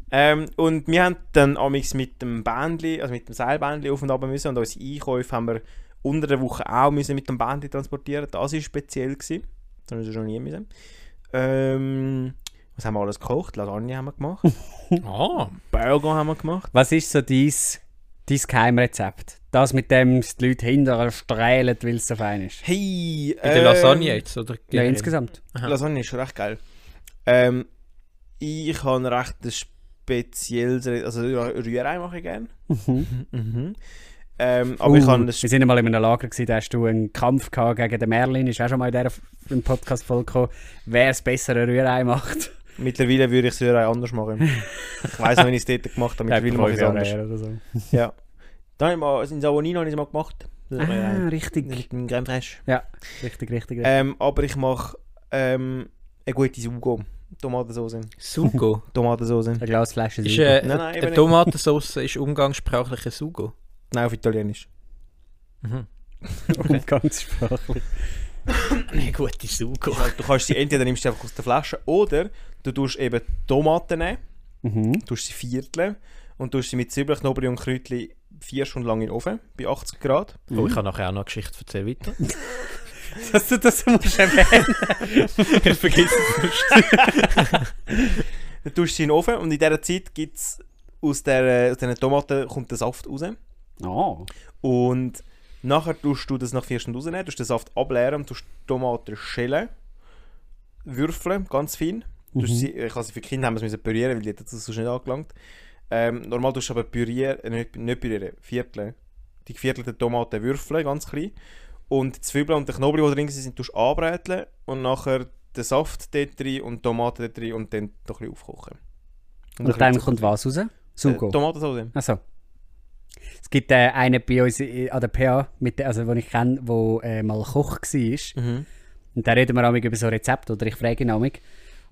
[SPEAKER 4] Ähm, und wir haben dann amix mit dem Bändli, also mit dem Seilbändli auf und ab müssen und unsere Einkäufe haben wir unter der Woche auch müssen mit dem Bändli transportieren. Das war speziell. Gewesen. Das haben wir schon nie müssen. Ähm, was haben wir alles gekocht? Lasagne haben wir gemacht.
[SPEAKER 2] Ah,
[SPEAKER 4] Burger haben wir gemacht.
[SPEAKER 3] Was ist so dein, dein Geheimrezept? Das, mit dem es die Leute hinterher strahlen, weil es so fein ist.
[SPEAKER 4] Hey! ähm,
[SPEAKER 2] in der Lasagne jetzt, oder?
[SPEAKER 3] Ja,
[SPEAKER 2] generell?
[SPEAKER 3] insgesamt.
[SPEAKER 2] Ja.
[SPEAKER 4] Lasagne ist schon recht geil. Ähm, ich habe recht ein spezielles, Re- also ja, Rührei mache ich gerne.
[SPEAKER 3] Mhm.
[SPEAKER 4] Mhm. Ähm, aber ich
[SPEAKER 3] Uh,
[SPEAKER 4] habe ein
[SPEAKER 3] wir sind einmal in einem Lager, gewesen, da hast du einen Kampf gehabt gegen den Merlin, ist auch schon mal in dieser F- im Podcast vollkommen, wer das bessere Rührei macht.
[SPEAKER 4] Mittlerweile würde ich es Rührei anders machen. ich weiss noch, wenn ich es dort gemacht habe. Mittlerweile mache ich es anders.
[SPEAKER 3] Rührei oder so.
[SPEAKER 4] Ja. Dann habe ich mal, in Savonino habe ich es mal gemacht. Das ist
[SPEAKER 3] Ah,
[SPEAKER 4] mein-
[SPEAKER 3] richtig. Äh,
[SPEAKER 4] Mit dem Creme Fraiche.
[SPEAKER 3] Richtig, richtig. richtig.
[SPEAKER 4] Ähm, aber ich mache ähm, eine gute Sugo. Tomatensauce.
[SPEAKER 2] Sugo.
[SPEAKER 4] Tomatensauce.
[SPEAKER 3] Ein Glas Flasche
[SPEAKER 2] ist,
[SPEAKER 3] Sauer.
[SPEAKER 2] äh,
[SPEAKER 4] Nein, nein, eben
[SPEAKER 2] eine
[SPEAKER 4] nicht.
[SPEAKER 2] Tomatensauce ist umgangssprachliche Sugo.
[SPEAKER 4] Nein, auf Italienisch.
[SPEAKER 2] Mhm.
[SPEAKER 3] Um Umgangssprachlich.
[SPEAKER 2] Eine gute Sugo.
[SPEAKER 4] Du kannst sie entweder nimmst du einfach aus der Flasche oder du tust eben Tomaten nehmen.
[SPEAKER 3] Mhm.
[SPEAKER 4] tust sie vierteln und tust sie mit Zwiebeln, Knoblauch und Kräutchen vier Stunden lang in den Ofen bei 80 Grad.
[SPEAKER 2] Oh, ich kann nachher auch noch eine Geschichte erzählen weiter.
[SPEAKER 3] Dass du das musst erwähnen.
[SPEAKER 2] ich vergiss
[SPEAKER 4] Dann tust du sie in den Ofen und in dieser Zeit gibt's aus, der, aus diesen Tomaten kommt der Saft raus.
[SPEAKER 3] Oh.
[SPEAKER 4] Und nachher tust du das nach vier Stunden rausnehmen, tust den Saft ableeren und tust die Tomaten schälen, würfeln, ganz fein. Tust
[SPEAKER 2] Mhm.
[SPEAKER 4] sie, äh, ich habe sie für die Kinder haben wir es müssen pürieren, weil die hätten das sonst nicht angelangt. Ähm, normal tust du aber pürieren, äh, nicht, nicht pürieren, vierteln. Die geviertelten Tomaten würfeln, ganz klein. Und die Zwiebeln und der Knoblauch, die drin sind, tust du anbräteln und nachher den Saft dort rein und die Tomaten dort rein und dann noch ein bisschen aufkochen.
[SPEAKER 3] Und dann kommt was raus? Sugo.
[SPEAKER 4] Äh, Tomatensauce.
[SPEAKER 3] Also. Es gibt äh, einen bei uns i- an der PA, mit, der- also den ich kenne, der äh, mal Koch war.
[SPEAKER 4] Mhm.
[SPEAKER 3] Und da reden wir manchmal über so Rezepte oder ich frage ihn manchmal.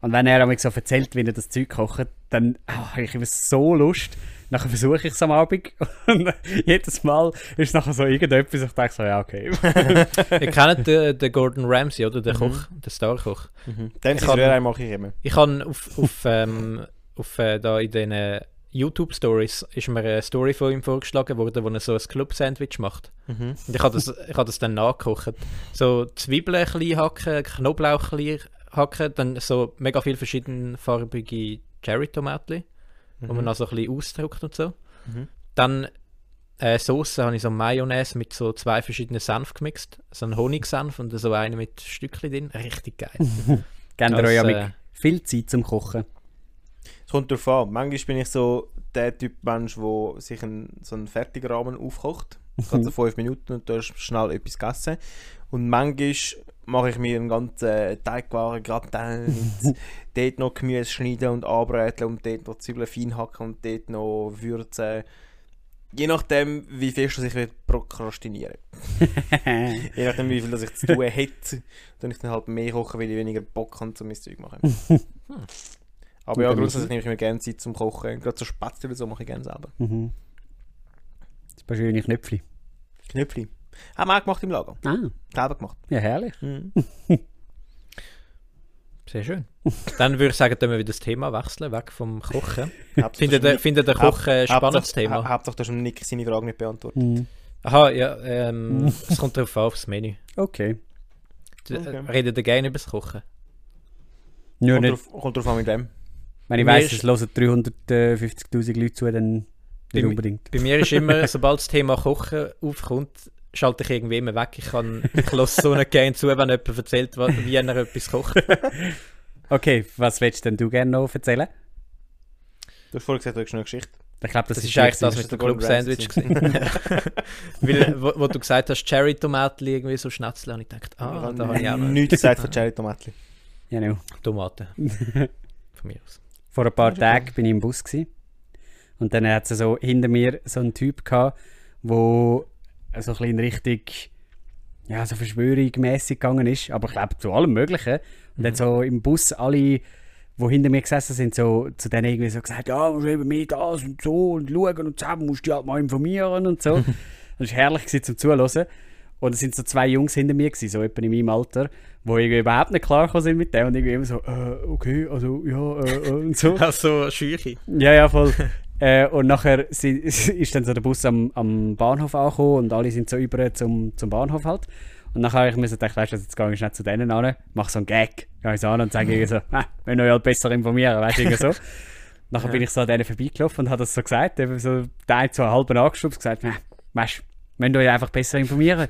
[SPEAKER 3] Und wenn er manchmal so erzählt, wie er das Zeug kocht, dann ah, habe ich immer so Lust. Nachher versuche ich es am Abend und jedes Mal ist nachher so irgendetwas, ich denke so, ja okay.
[SPEAKER 2] Ihr kennt den, den Gordon Ramsay, oder? Den Koch, den Starkoch.
[SPEAKER 4] Mhm. Dann
[SPEAKER 2] Ich
[SPEAKER 4] das
[SPEAKER 2] kann-
[SPEAKER 4] Rührei mache ich immer.
[SPEAKER 2] Ich habe auf, auf, ähm, auf äh, da in den äh, YouTube-Stories ist mir eine Story von ihm vorgeschlagen worden, wo er so ein Club-Sandwich macht.
[SPEAKER 4] Mhm.
[SPEAKER 2] Und ich habe das, ich habe das dann nachgekocht. So Zwiebeln klein hacken, Knoblauch klein hacken, dann so mega viele verschiedenfarbige Cherry-Tomaten, wo man dann so ein bisschen ausdruckt und so.
[SPEAKER 4] Mhm.
[SPEAKER 2] Dann äh, Soße habe ich so Mayonnaise mit so zwei verschiedenen Senf gemixt. So einen Honigsenf und so einen mit Stückchen drin. Richtig geil.
[SPEAKER 3] Gebt ihr
[SPEAKER 2] Das,
[SPEAKER 3] euch
[SPEAKER 2] äh,
[SPEAKER 3] äh, viel Zeit zum Kochen.
[SPEAKER 4] Es kommt drauf an. Manchmal bin ich so der Typ Mensch, der sich einen, so einen Fertigrahmen aufkocht. Gerade so 5 Minuten und du hast schnell etwas gegessen. Und manchmal mache ich mir einen ganzen Teigwaren Gratin mit dort noch Gemüse schneiden und anbräteln und dort noch Zwiebeln fein hacken und dort noch würzen. Je nachdem, wie fest dass ich will prokrastinieren Je nachdem, wie viel dass ich zu tun hätte, dann ich dann halt mehr kochen, weil ich weniger Bock habe, um mein Zeug zu machen. Aber ja,
[SPEAKER 3] Guter
[SPEAKER 4] grundsätzlich nehme ich mir gerne Zeit zum Kochen. Gerade so Spätzle oder so mache ich gerne selber.
[SPEAKER 3] Mhm. Das ist schöne Knöpfchen.
[SPEAKER 4] Knöpfli. Haben wir auch gemacht im Lager.
[SPEAKER 3] Ah,
[SPEAKER 4] Selber gemacht.
[SPEAKER 3] ja herrlich.
[SPEAKER 2] Mhm. Sehr schön. Dann würde ich sagen, dann wir wieder das Thema wechseln, weg vom Kochen.
[SPEAKER 4] Hauptsache,
[SPEAKER 2] Findet der, findet der Koch ein spannendes
[SPEAKER 4] Hauptsache- Ha-
[SPEAKER 2] Thema?
[SPEAKER 4] Hauptsache, du hast dem Nick seine Frage nicht beantwortet.
[SPEAKER 2] Aha, ja, ähm, es kommt darauf an, aufs Menü.
[SPEAKER 3] Okay.
[SPEAKER 2] D-
[SPEAKER 4] Okay.
[SPEAKER 2] Äh, Redet ihr gerne über das Kochen?
[SPEAKER 3] Nur
[SPEAKER 4] Kommt
[SPEAKER 3] nicht,
[SPEAKER 4] drauf, kommt drauf an mit wem.
[SPEAKER 3] wenn ich
[SPEAKER 2] Mir
[SPEAKER 3] weiss,
[SPEAKER 2] ist-
[SPEAKER 3] es hören 350'000 Leute zu, dann nicht
[SPEAKER 2] Bei-
[SPEAKER 3] unbedingt.
[SPEAKER 2] Bei mir ist immer, sobald das Thema Kochen aufkommt, schalte ich irgendwie immer weg. Ich, kann, ich lasse so nicht gerne zu, wenn jemand erzählt, wa- wie er etwas kocht.
[SPEAKER 3] Okay, was willst denn du gerne noch erzählen?
[SPEAKER 4] Du hast vorhin gesagt, du hast noch eine Geschichte.
[SPEAKER 3] Ich glaube, das,
[SPEAKER 2] Das ist
[SPEAKER 3] die
[SPEAKER 2] eigentlich das
[SPEAKER 4] gewesen,
[SPEAKER 2] mit dem
[SPEAKER 4] das Golden
[SPEAKER 2] Club-Sandwich. gewesen. Weil, wo, wo du gesagt hast, Cherry-Tomaten irgendwie so schnetzeln, habe ich gedacht, ah, da habe ich auch noch
[SPEAKER 4] nichts gesagt von Cherry Tomatli.
[SPEAKER 3] Genau.
[SPEAKER 2] Tomaten. Von mir aus.
[SPEAKER 3] Vor ein paar Tagen bin ich im Bus gewesen. und dann hat es so hinter mir so einen Typ gehabt, wo äh, so ein bisschen in Richtung ja, so Verschwörung-mässig gegangen ist, aber ich glaube zu allem Möglichen. Und dann so im Bus alle, die hinter mir gesessen sind, so zu denen irgendwie so gesagt, ja, musst eben mehr das und so und schauen und zusammen musst du dich halt mal informieren und so. das war herrlich gewesen, zum Zuhören. Und es sind so zwei Jungs hinter mir, gewesen, so etwa in meinem Alter, wo irgendwie überhaupt nicht klar gekommen sind mit dem und irgendwie immer so, äh, okay, also ja, äh, äh, und so.
[SPEAKER 2] Also Schüche.
[SPEAKER 3] Ja, ja, voll. äh, und nachher si- ist dann so der Bus am, am Bahnhof angekommen und alle sind so über zum, zum Bahnhof halt. Und nachher habe ich mir so gedacht, weißt du, jetzt gehe ich schnell zu denen an, mach so einen Gag, gehe ich so an und sage irgendwie so, ah, wenn euch halt besser informieren, weißt du, irgendwie so. nachher bin ich so an denen vorbeigelaufen und habe das so gesagt, eben so, der eine so halb angestupst gesagt, "Ah, weißt du, wenn euch einfach besser informieren.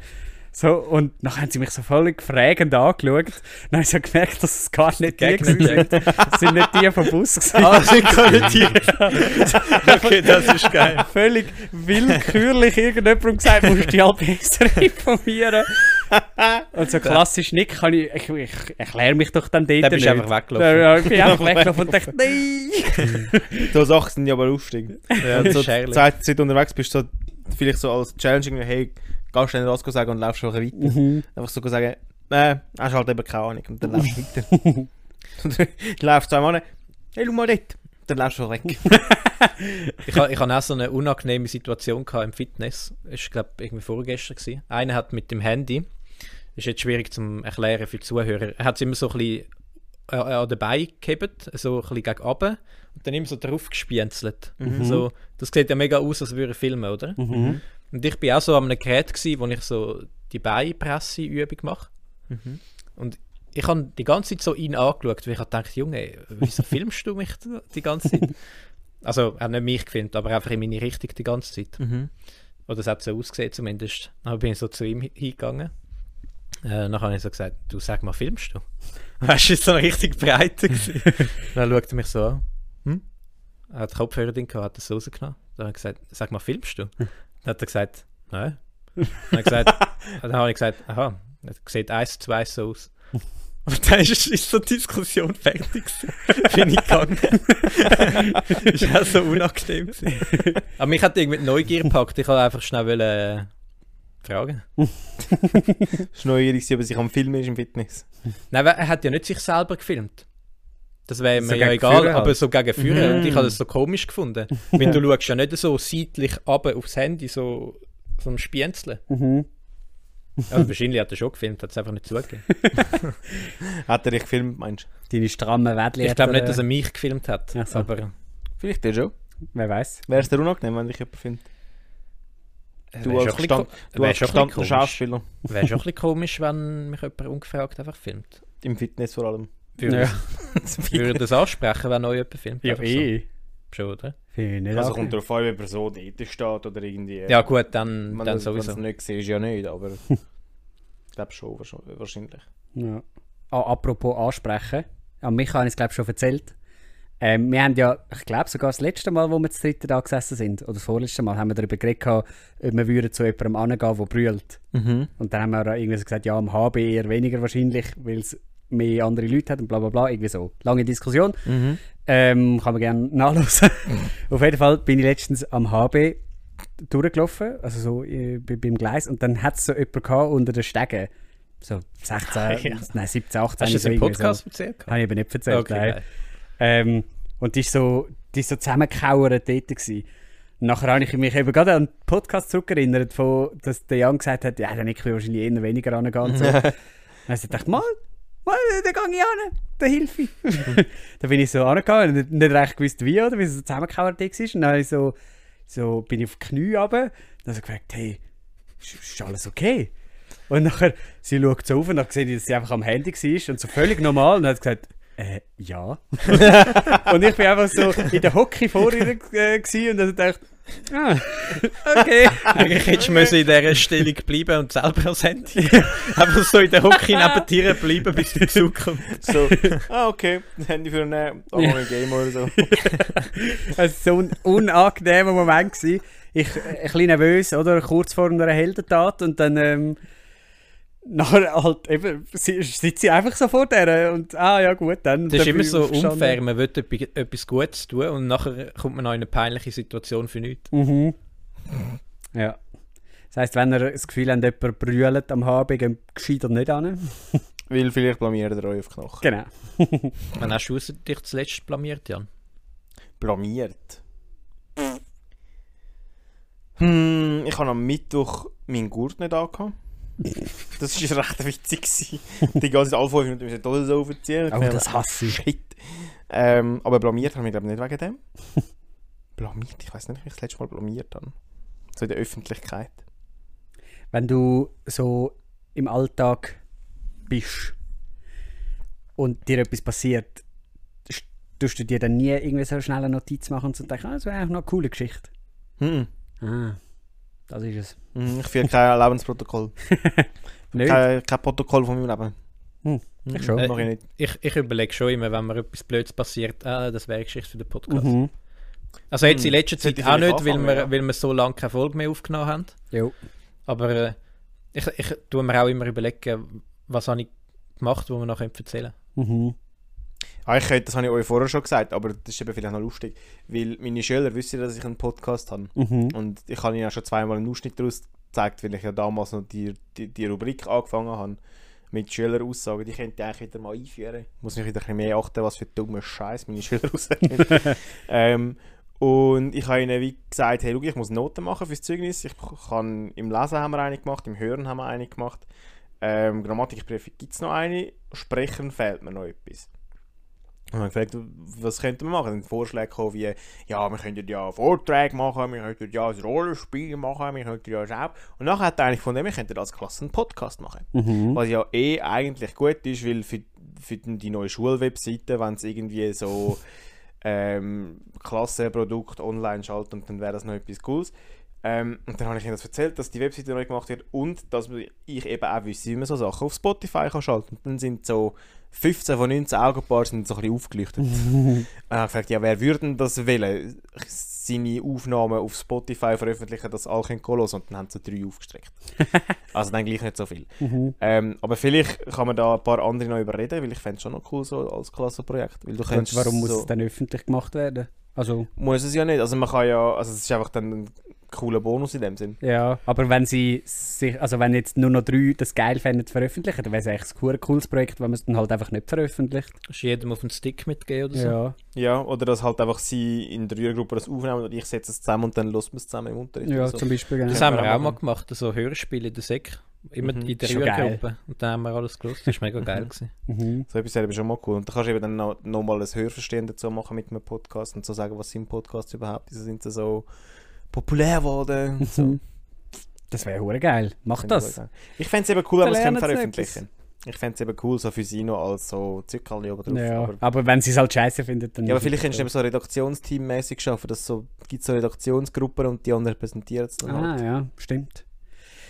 [SPEAKER 3] So, und nachher haben sie mich so völlig fragend angeschaut. Dann habe ich so gemerkt, dass es gar nicht die
[SPEAKER 2] Gag
[SPEAKER 3] gewesen
[SPEAKER 2] nicht
[SPEAKER 3] sind. Es sind nicht die vom Bus gewesen.
[SPEAKER 2] Ah, sind keine Tiere. okay, das ist geil.
[SPEAKER 3] völlig willkürlich irgendjemandem gesagt, musst dich halt besser informieren. Und so klassisch Nick kann ich, ich, ich erkläre mich doch dann dort
[SPEAKER 2] Dann bist
[SPEAKER 3] nicht.
[SPEAKER 2] du einfach weggelaufen.
[SPEAKER 3] Ja, ich bin einfach weggelaufen und dachte, nein!
[SPEAKER 4] So Sachen sind ja aber lustig.
[SPEAKER 2] Ja,
[SPEAKER 4] Wenn du
[SPEAKER 2] das
[SPEAKER 4] so
[SPEAKER 2] ist herrlich.
[SPEAKER 4] Zeit, Zeit unterwegs bist, so, vielleicht so als Challenge, irgendwie, hey, gehst schnell raus sagen und laufst einfach weiter.
[SPEAKER 2] Mhm.
[SPEAKER 4] Einfach so sagen, nein, hast halt eben keine Ahnung. Und dann laufst du weiter. Und dann läufst du einmal, hey, schau mal dort. Dann läufst du weg.
[SPEAKER 2] Ich, ha- ich hatte auch so eine unangenehme Situation gehabt im Fitness. Ich glaube, irgendwie vorgestern. Gewesen. Einer hat mit dem Handy, ist jetzt schwierig zum Erklären für die Zuhörer, er hat es immer so ein bisschen äh, an den Beinen gehebt, so ein bisschen gegen runter und dann immer so drauf gespienzelt. So, das sieht ja mega aus, als würde er filmen, oder? Und ich bin auch so an einem Gerät, gewesen, wo ich so die Beinpresse-Übung mache. Mhm. Und ich habe die ganze Zeit so ihn angeschaut, weil ich halt dachte, Junge, wieso filmst du mich da die ganze Zeit? Also, er hat nicht mich gefilmt, aber einfach in meine Richtung die ganze Zeit. Oder es hat so ausgesehen zumindest. Dann bin ich so zu ihm hi- hingegangen. Äh, dann habe ich so gesagt, du sag mal, filmst du? Weißt du, ist so eine richtig breite. gewesen. dann schaut er mich so an. Hm? Er hat Kopfhörer drin gehabt, hat das so rausgenommen. Dann habe ich gesagt, sag mal, filmst du? Dann hat er gesagt, nein. Dann, hat er gesagt, dann habe ich gesagt, aha, das sieht eins, zwei so aus. Und dann ist, ist so die Diskussion fertig. gewesen. Bin ich gegangen. ist auch so unangenehm. gewesen. Aber mich hat irgendwie die Neugier gepackt. Ich wollte einfach schnell wollen, äh, fragen.
[SPEAKER 4] Das ist neugierig, ob er sich am Filmen ist im Fitness.
[SPEAKER 2] Nein, weil er hat ja nicht sich selber gefilmt. Das wäre mir
[SPEAKER 4] So
[SPEAKER 2] ja
[SPEAKER 4] gegen
[SPEAKER 2] egal,
[SPEAKER 4] Führer halt.
[SPEAKER 2] aber so gegen Führer. Und ich habe das so komisch gefunden. Weil du schaust ja nicht so seitlich runter aufs Handy, so vom Spienzeln.
[SPEAKER 4] Mhm.
[SPEAKER 2] Also wahrscheinlich hat er schon gefilmt, hat es einfach nicht zugegeben.
[SPEAKER 4] Hat er dich gefilmt, meinst du?
[SPEAKER 3] Deine strammen Wädchen.
[SPEAKER 2] Ich glaube nicht, dass er mich gefilmt hat.
[SPEAKER 3] Ach so.
[SPEAKER 2] Aber
[SPEAKER 4] Vielleicht der schon.
[SPEAKER 3] Wer weiß.
[SPEAKER 4] Wäre es dir unangenehm, wenn dich jemand findet? Du als, gestand, du
[SPEAKER 2] wär
[SPEAKER 4] als
[SPEAKER 2] schon ein bisschen
[SPEAKER 4] gestandener
[SPEAKER 2] komisch.
[SPEAKER 4] Schauspieler.
[SPEAKER 2] Wäre schon ein bisschen komisch, wenn mich jemand ungefragt einfach filmt.
[SPEAKER 4] Im Fitness vor allem.
[SPEAKER 2] Würde,
[SPEAKER 3] Ja.
[SPEAKER 2] würde das ansprechen, wenn neu jemand filmt?
[SPEAKER 3] Ja,
[SPEAKER 2] Einfach
[SPEAKER 3] eh.
[SPEAKER 2] So. Schon, oder?
[SPEAKER 3] Finde ich nicht
[SPEAKER 4] Also
[SPEAKER 3] auch.
[SPEAKER 4] kommt darauf an, ob er so dort steht oder irgendwie... äh,
[SPEAKER 2] Ja gut, dann,
[SPEAKER 4] Man
[SPEAKER 2] dann
[SPEAKER 4] das, wenn's
[SPEAKER 2] sowieso.
[SPEAKER 4] nicht gesehen ist ja nicht, aber ich glaube schon wahrsch- wahrscheinlich.
[SPEAKER 3] Ja. Ah, apropos ansprechen. An mich habe ich es, glaube ich, schon erzählt. Ähm, wir haben ja, ich glaube, sogar das letzte Mal, wo wir das dritte da gesessen sind, oder das vorletzte Mal, haben wir darüber geredet, gehabt, ob wir würden zu jemandem angehen, der brüllt.
[SPEAKER 2] Mhm.
[SPEAKER 3] Und dann haben wir irgendwie so gesagt, ja, am HB eher weniger wahrscheinlich, weil es mehr andere Leute hat und bla bla bla, irgendwie so. Lange Diskussion.
[SPEAKER 2] Mhm.
[SPEAKER 3] Ähm, kann man gerne nachlesen. Auf jeden Fall bin ich letztens am HB durchgelaufen, also so äh, bei- beim Gleis, und dann hat es so jemanden gehabt unter den Stegen. So 16, nein, 17, 18.
[SPEAKER 2] Hast du das
[SPEAKER 3] so
[SPEAKER 2] im
[SPEAKER 4] eh
[SPEAKER 3] irgendwie
[SPEAKER 2] Podcast
[SPEAKER 3] So.
[SPEAKER 2] erzählt?
[SPEAKER 3] Habe ich eben nicht erzählt.
[SPEAKER 2] Okay,
[SPEAKER 3] nein.
[SPEAKER 2] nein.
[SPEAKER 3] Ähm, und die ist so, die ist so zusammengekauert dort. Gewesen. Und Nachher habe ich mich eben gerade an den Podcast zurückerinnert, von, dass der Jan gesagt hat, ja, der Nick will wahrscheinlich eher weniger angehen. Und so. Dann habe ich gedacht, mal, mal, da gehe ich an, da hilf ich. dann bin ich so angegangen und nicht- nicht recht gewusst, wie, oder, wie es so zusammengekauert dort war. Und dann habe ich so, so bin ich auf die Knie runter, dann habe ich gefragt, hey, ist, ist alles okay? Und nachher, sie schaut so auf und dann sehe ich, dass sie einfach am Handy war und so völlig normal und hat gesagt, äh, ja. und ich bin einfach so in der Hocke vor ihr äh, gewesen und dann dachte ich, ah, okay.
[SPEAKER 2] Eigentlich hättest du müssen in dieser Stellung bleiben und selber als Handy. Einfach so in der Hocke neben Tieren bleiben, bis der Zug kommt.
[SPEAKER 4] So, ah okay, Handy für einen oh, ein Game oder so.
[SPEAKER 3] Es war so ein unangenehmer Moment. Gewesen. Ich äh, ein bisschen nervös, oder? Kurz vor einer Heldentat. Und dann ähm, nachher halt eben, sie- sitzt sie einfach so vor der und ah ja gut, dann.
[SPEAKER 2] Das ist
[SPEAKER 3] dann bin
[SPEAKER 2] immer
[SPEAKER 3] ich
[SPEAKER 2] so
[SPEAKER 3] aufgestanden.
[SPEAKER 2] unfair, man will etwas etwas Gutes tun und nachher kommt man noch in eine peinliche Situation für nichts.
[SPEAKER 3] Mhm. Ja. Das heisst, wenn ihr das Gefühl habt, jemand brüllt am HB, geht gescheiter nicht an.
[SPEAKER 4] Weil vielleicht blamiert ihr euch auf Knochen.
[SPEAKER 3] Genau.
[SPEAKER 2] Wann hast du dich zuletzt blamiert, Jan?
[SPEAKER 4] Blamiert. Hm, ich habe am Mittwoch meinen Gurt nicht angehabt. Das war recht witzig. gewesen. Die ganze Zeit alle fünf Minuten müssen das so erzählen.
[SPEAKER 3] Oh, das hasse ich.
[SPEAKER 4] Shit. Ähm, aber blamiert haben wir glaube ich nicht wegen dem. blamiert? Ich weiß nicht, ob ich das letzte Mal blamiert habe. So in der Öffentlichkeit.
[SPEAKER 3] Wenn du so im Alltag bist und dir etwas passiert, st- tust du dir dann nie irgendwie so schnell eine Notiz machen und so denken, ah, das wäre eigentlich noch eine coole Geschichte.
[SPEAKER 4] Mhm.
[SPEAKER 3] Ah, das ist es.
[SPEAKER 4] Mhm, Ich führe kein Lebensprotokoll.
[SPEAKER 3] Nicht?
[SPEAKER 2] Äh,
[SPEAKER 3] Äh.
[SPEAKER 4] Kein, kein Protokoll von meinem Leben.
[SPEAKER 3] Ich schon.
[SPEAKER 4] Das mache ich nicht.
[SPEAKER 2] Ich, ich überlege schon immer, wenn mir etwas Blödes passiert, ah, das wäre Geschichte für den Podcast.
[SPEAKER 3] Mhm.
[SPEAKER 2] Also jetzt in letzter
[SPEAKER 4] Sollte
[SPEAKER 2] Zeit auch
[SPEAKER 4] vielleicht
[SPEAKER 2] nicht, weil
[SPEAKER 4] anfangen,
[SPEAKER 2] wir,
[SPEAKER 4] ja.
[SPEAKER 2] weil wir so lange keine Folge mehr aufgenommen haben.
[SPEAKER 3] Jo.
[SPEAKER 2] Aber äh, ich, ich tue mir auch immer überlegen, was habe ich gemacht, was wir noch erzählen können.
[SPEAKER 3] Mhm.
[SPEAKER 4] Ah, ich könnte, das habe ich euch vorher schon gesagt, aber das ist eben vielleicht noch lustig. Weil meine Schüler wissen, ja, dass ich einen Podcast habe.
[SPEAKER 3] Mhm.
[SPEAKER 4] Und ich habe ihnen ja schon zweimal einen Ausschnitt daraus gezeigt, weil ich ja damals noch die, die, die Rubrik angefangen habe. Mit Schüleraussagen, die könnte ich eigentlich wieder mal einführen. Muss mich wieder ein bisschen mehr achten, was für dummer Scheiß meine Schüler rausnehmen. ähm, und ich habe ihnen wie gesagt, hey, schau, ich muss Noten machen fürs Zeugnis. Ich kann, Im Lesen haben wir eine gemacht, im Hören haben wir eine gemacht. Ähm, Grammatikprüfung gibt es noch eine. Sprechen fehlt mir noch etwas. Und dann gefragt, was könnten wir machen? Dann sind Vorschläge gekommen wie, ja, wir könnten ja Vorträge machen, wir könnten ja ein Rollenspiel machen, wir könnten ja auch. Und nachher hat er eigentlich von dem, wir könnten als Klasse einen Podcast machen.
[SPEAKER 3] Mhm.
[SPEAKER 4] Was ja eh eigentlich gut ist, weil für, für die neue Schulwebseite, wenn es irgendwie so ähm, Klassenprodukt online schaltet und dann wäre das noch etwas Cooles. Ähm, und dann habe ich ihnen das erzählt, dass die Webseite neu gemacht wird und dass ich eben auch wüsste, wie man so Sachen auf Spotify kann schalten Und dann sind so 15 von 19 Augenpaar sind so ein bisschen aufgeleuchtet. und dann habe ich gefragt, ja, wer würden das wählen? Seine Aufnahmen auf Spotify veröffentlichen, dass alle können hören können. Und dann haben sie drei aufgestreckt. also dann gleich nicht so viel.
[SPEAKER 3] Mhm.
[SPEAKER 4] Ähm, aber vielleicht kann man da ein paar andere noch überreden, weil ich fände es schon noch cool so als Klassenprojekt. Weil du
[SPEAKER 3] Und
[SPEAKER 4] könntest
[SPEAKER 3] warum muss
[SPEAKER 4] so
[SPEAKER 3] es dann öffentlich gemacht werden? Also,
[SPEAKER 4] muss es ja nicht. Also man kann ja, also es ist einfach dann ein cooler Bonus in dem Sinn.
[SPEAKER 3] ja, aber wenn sie sich, also wenn jetzt nur noch drei das geil fänden zu veröffentlichen, dann wäre es eigentlich ein cooles- cooles Projekt, wenn man es dann halt einfach nicht veröffentlicht.
[SPEAKER 2] Hast du jedem auf den Stick mitgegeben oder so?
[SPEAKER 3] Ja,
[SPEAKER 4] Ja, oder dass halt einfach sie in der Rührgruppe das aufnehmen und ich setze es zusammen und dann los wir es zusammen im Unterricht.
[SPEAKER 3] ja
[SPEAKER 4] oder so.
[SPEAKER 3] zum Beispiel. Genau.
[SPEAKER 2] Das
[SPEAKER 4] Ja,
[SPEAKER 2] haben wir
[SPEAKER 4] wir
[SPEAKER 2] auch mal
[SPEAKER 4] machen.
[SPEAKER 2] gemacht, so Hörspiele in der Sek. Immer
[SPEAKER 4] Mhm.
[SPEAKER 2] in der
[SPEAKER 3] Schon geil.
[SPEAKER 2] Rührgruppe. Und dann haben wir alles gelöst. Das war mega geil. Gewesen.
[SPEAKER 3] Mhm.
[SPEAKER 4] so etwas wäre eben schon mal cool. Und da kannst du eben dann nochmal noch mal ein Hörverstehen dazu machen mit einem Podcast und so sagen, was sind Podcasts überhaupt, wieso sind sie so populär geworden. und So.
[SPEAKER 3] Das wäre hure geil. Mach
[SPEAKER 4] Finde ich
[SPEAKER 3] Mhm. das.
[SPEAKER 4] gut. Ich fände es eben cool, wenn wir
[SPEAKER 3] Da
[SPEAKER 4] es können
[SPEAKER 3] lernen sie
[SPEAKER 4] veröffentlichen. Ich fände es eben cool, so für sie noch als so Zückerli oben drauf.
[SPEAKER 3] Ja,
[SPEAKER 4] Aber
[SPEAKER 3] aber, wenn sie es halt scheiße findet, dann.
[SPEAKER 4] Ja, aber vielleicht kannst du eben so redaktionsteammäßig schaffen, dass so gibt so Redaktionsgruppen und die anderen präsentieren es dann
[SPEAKER 3] Ah,
[SPEAKER 4] halt.
[SPEAKER 3] ja, stimmt.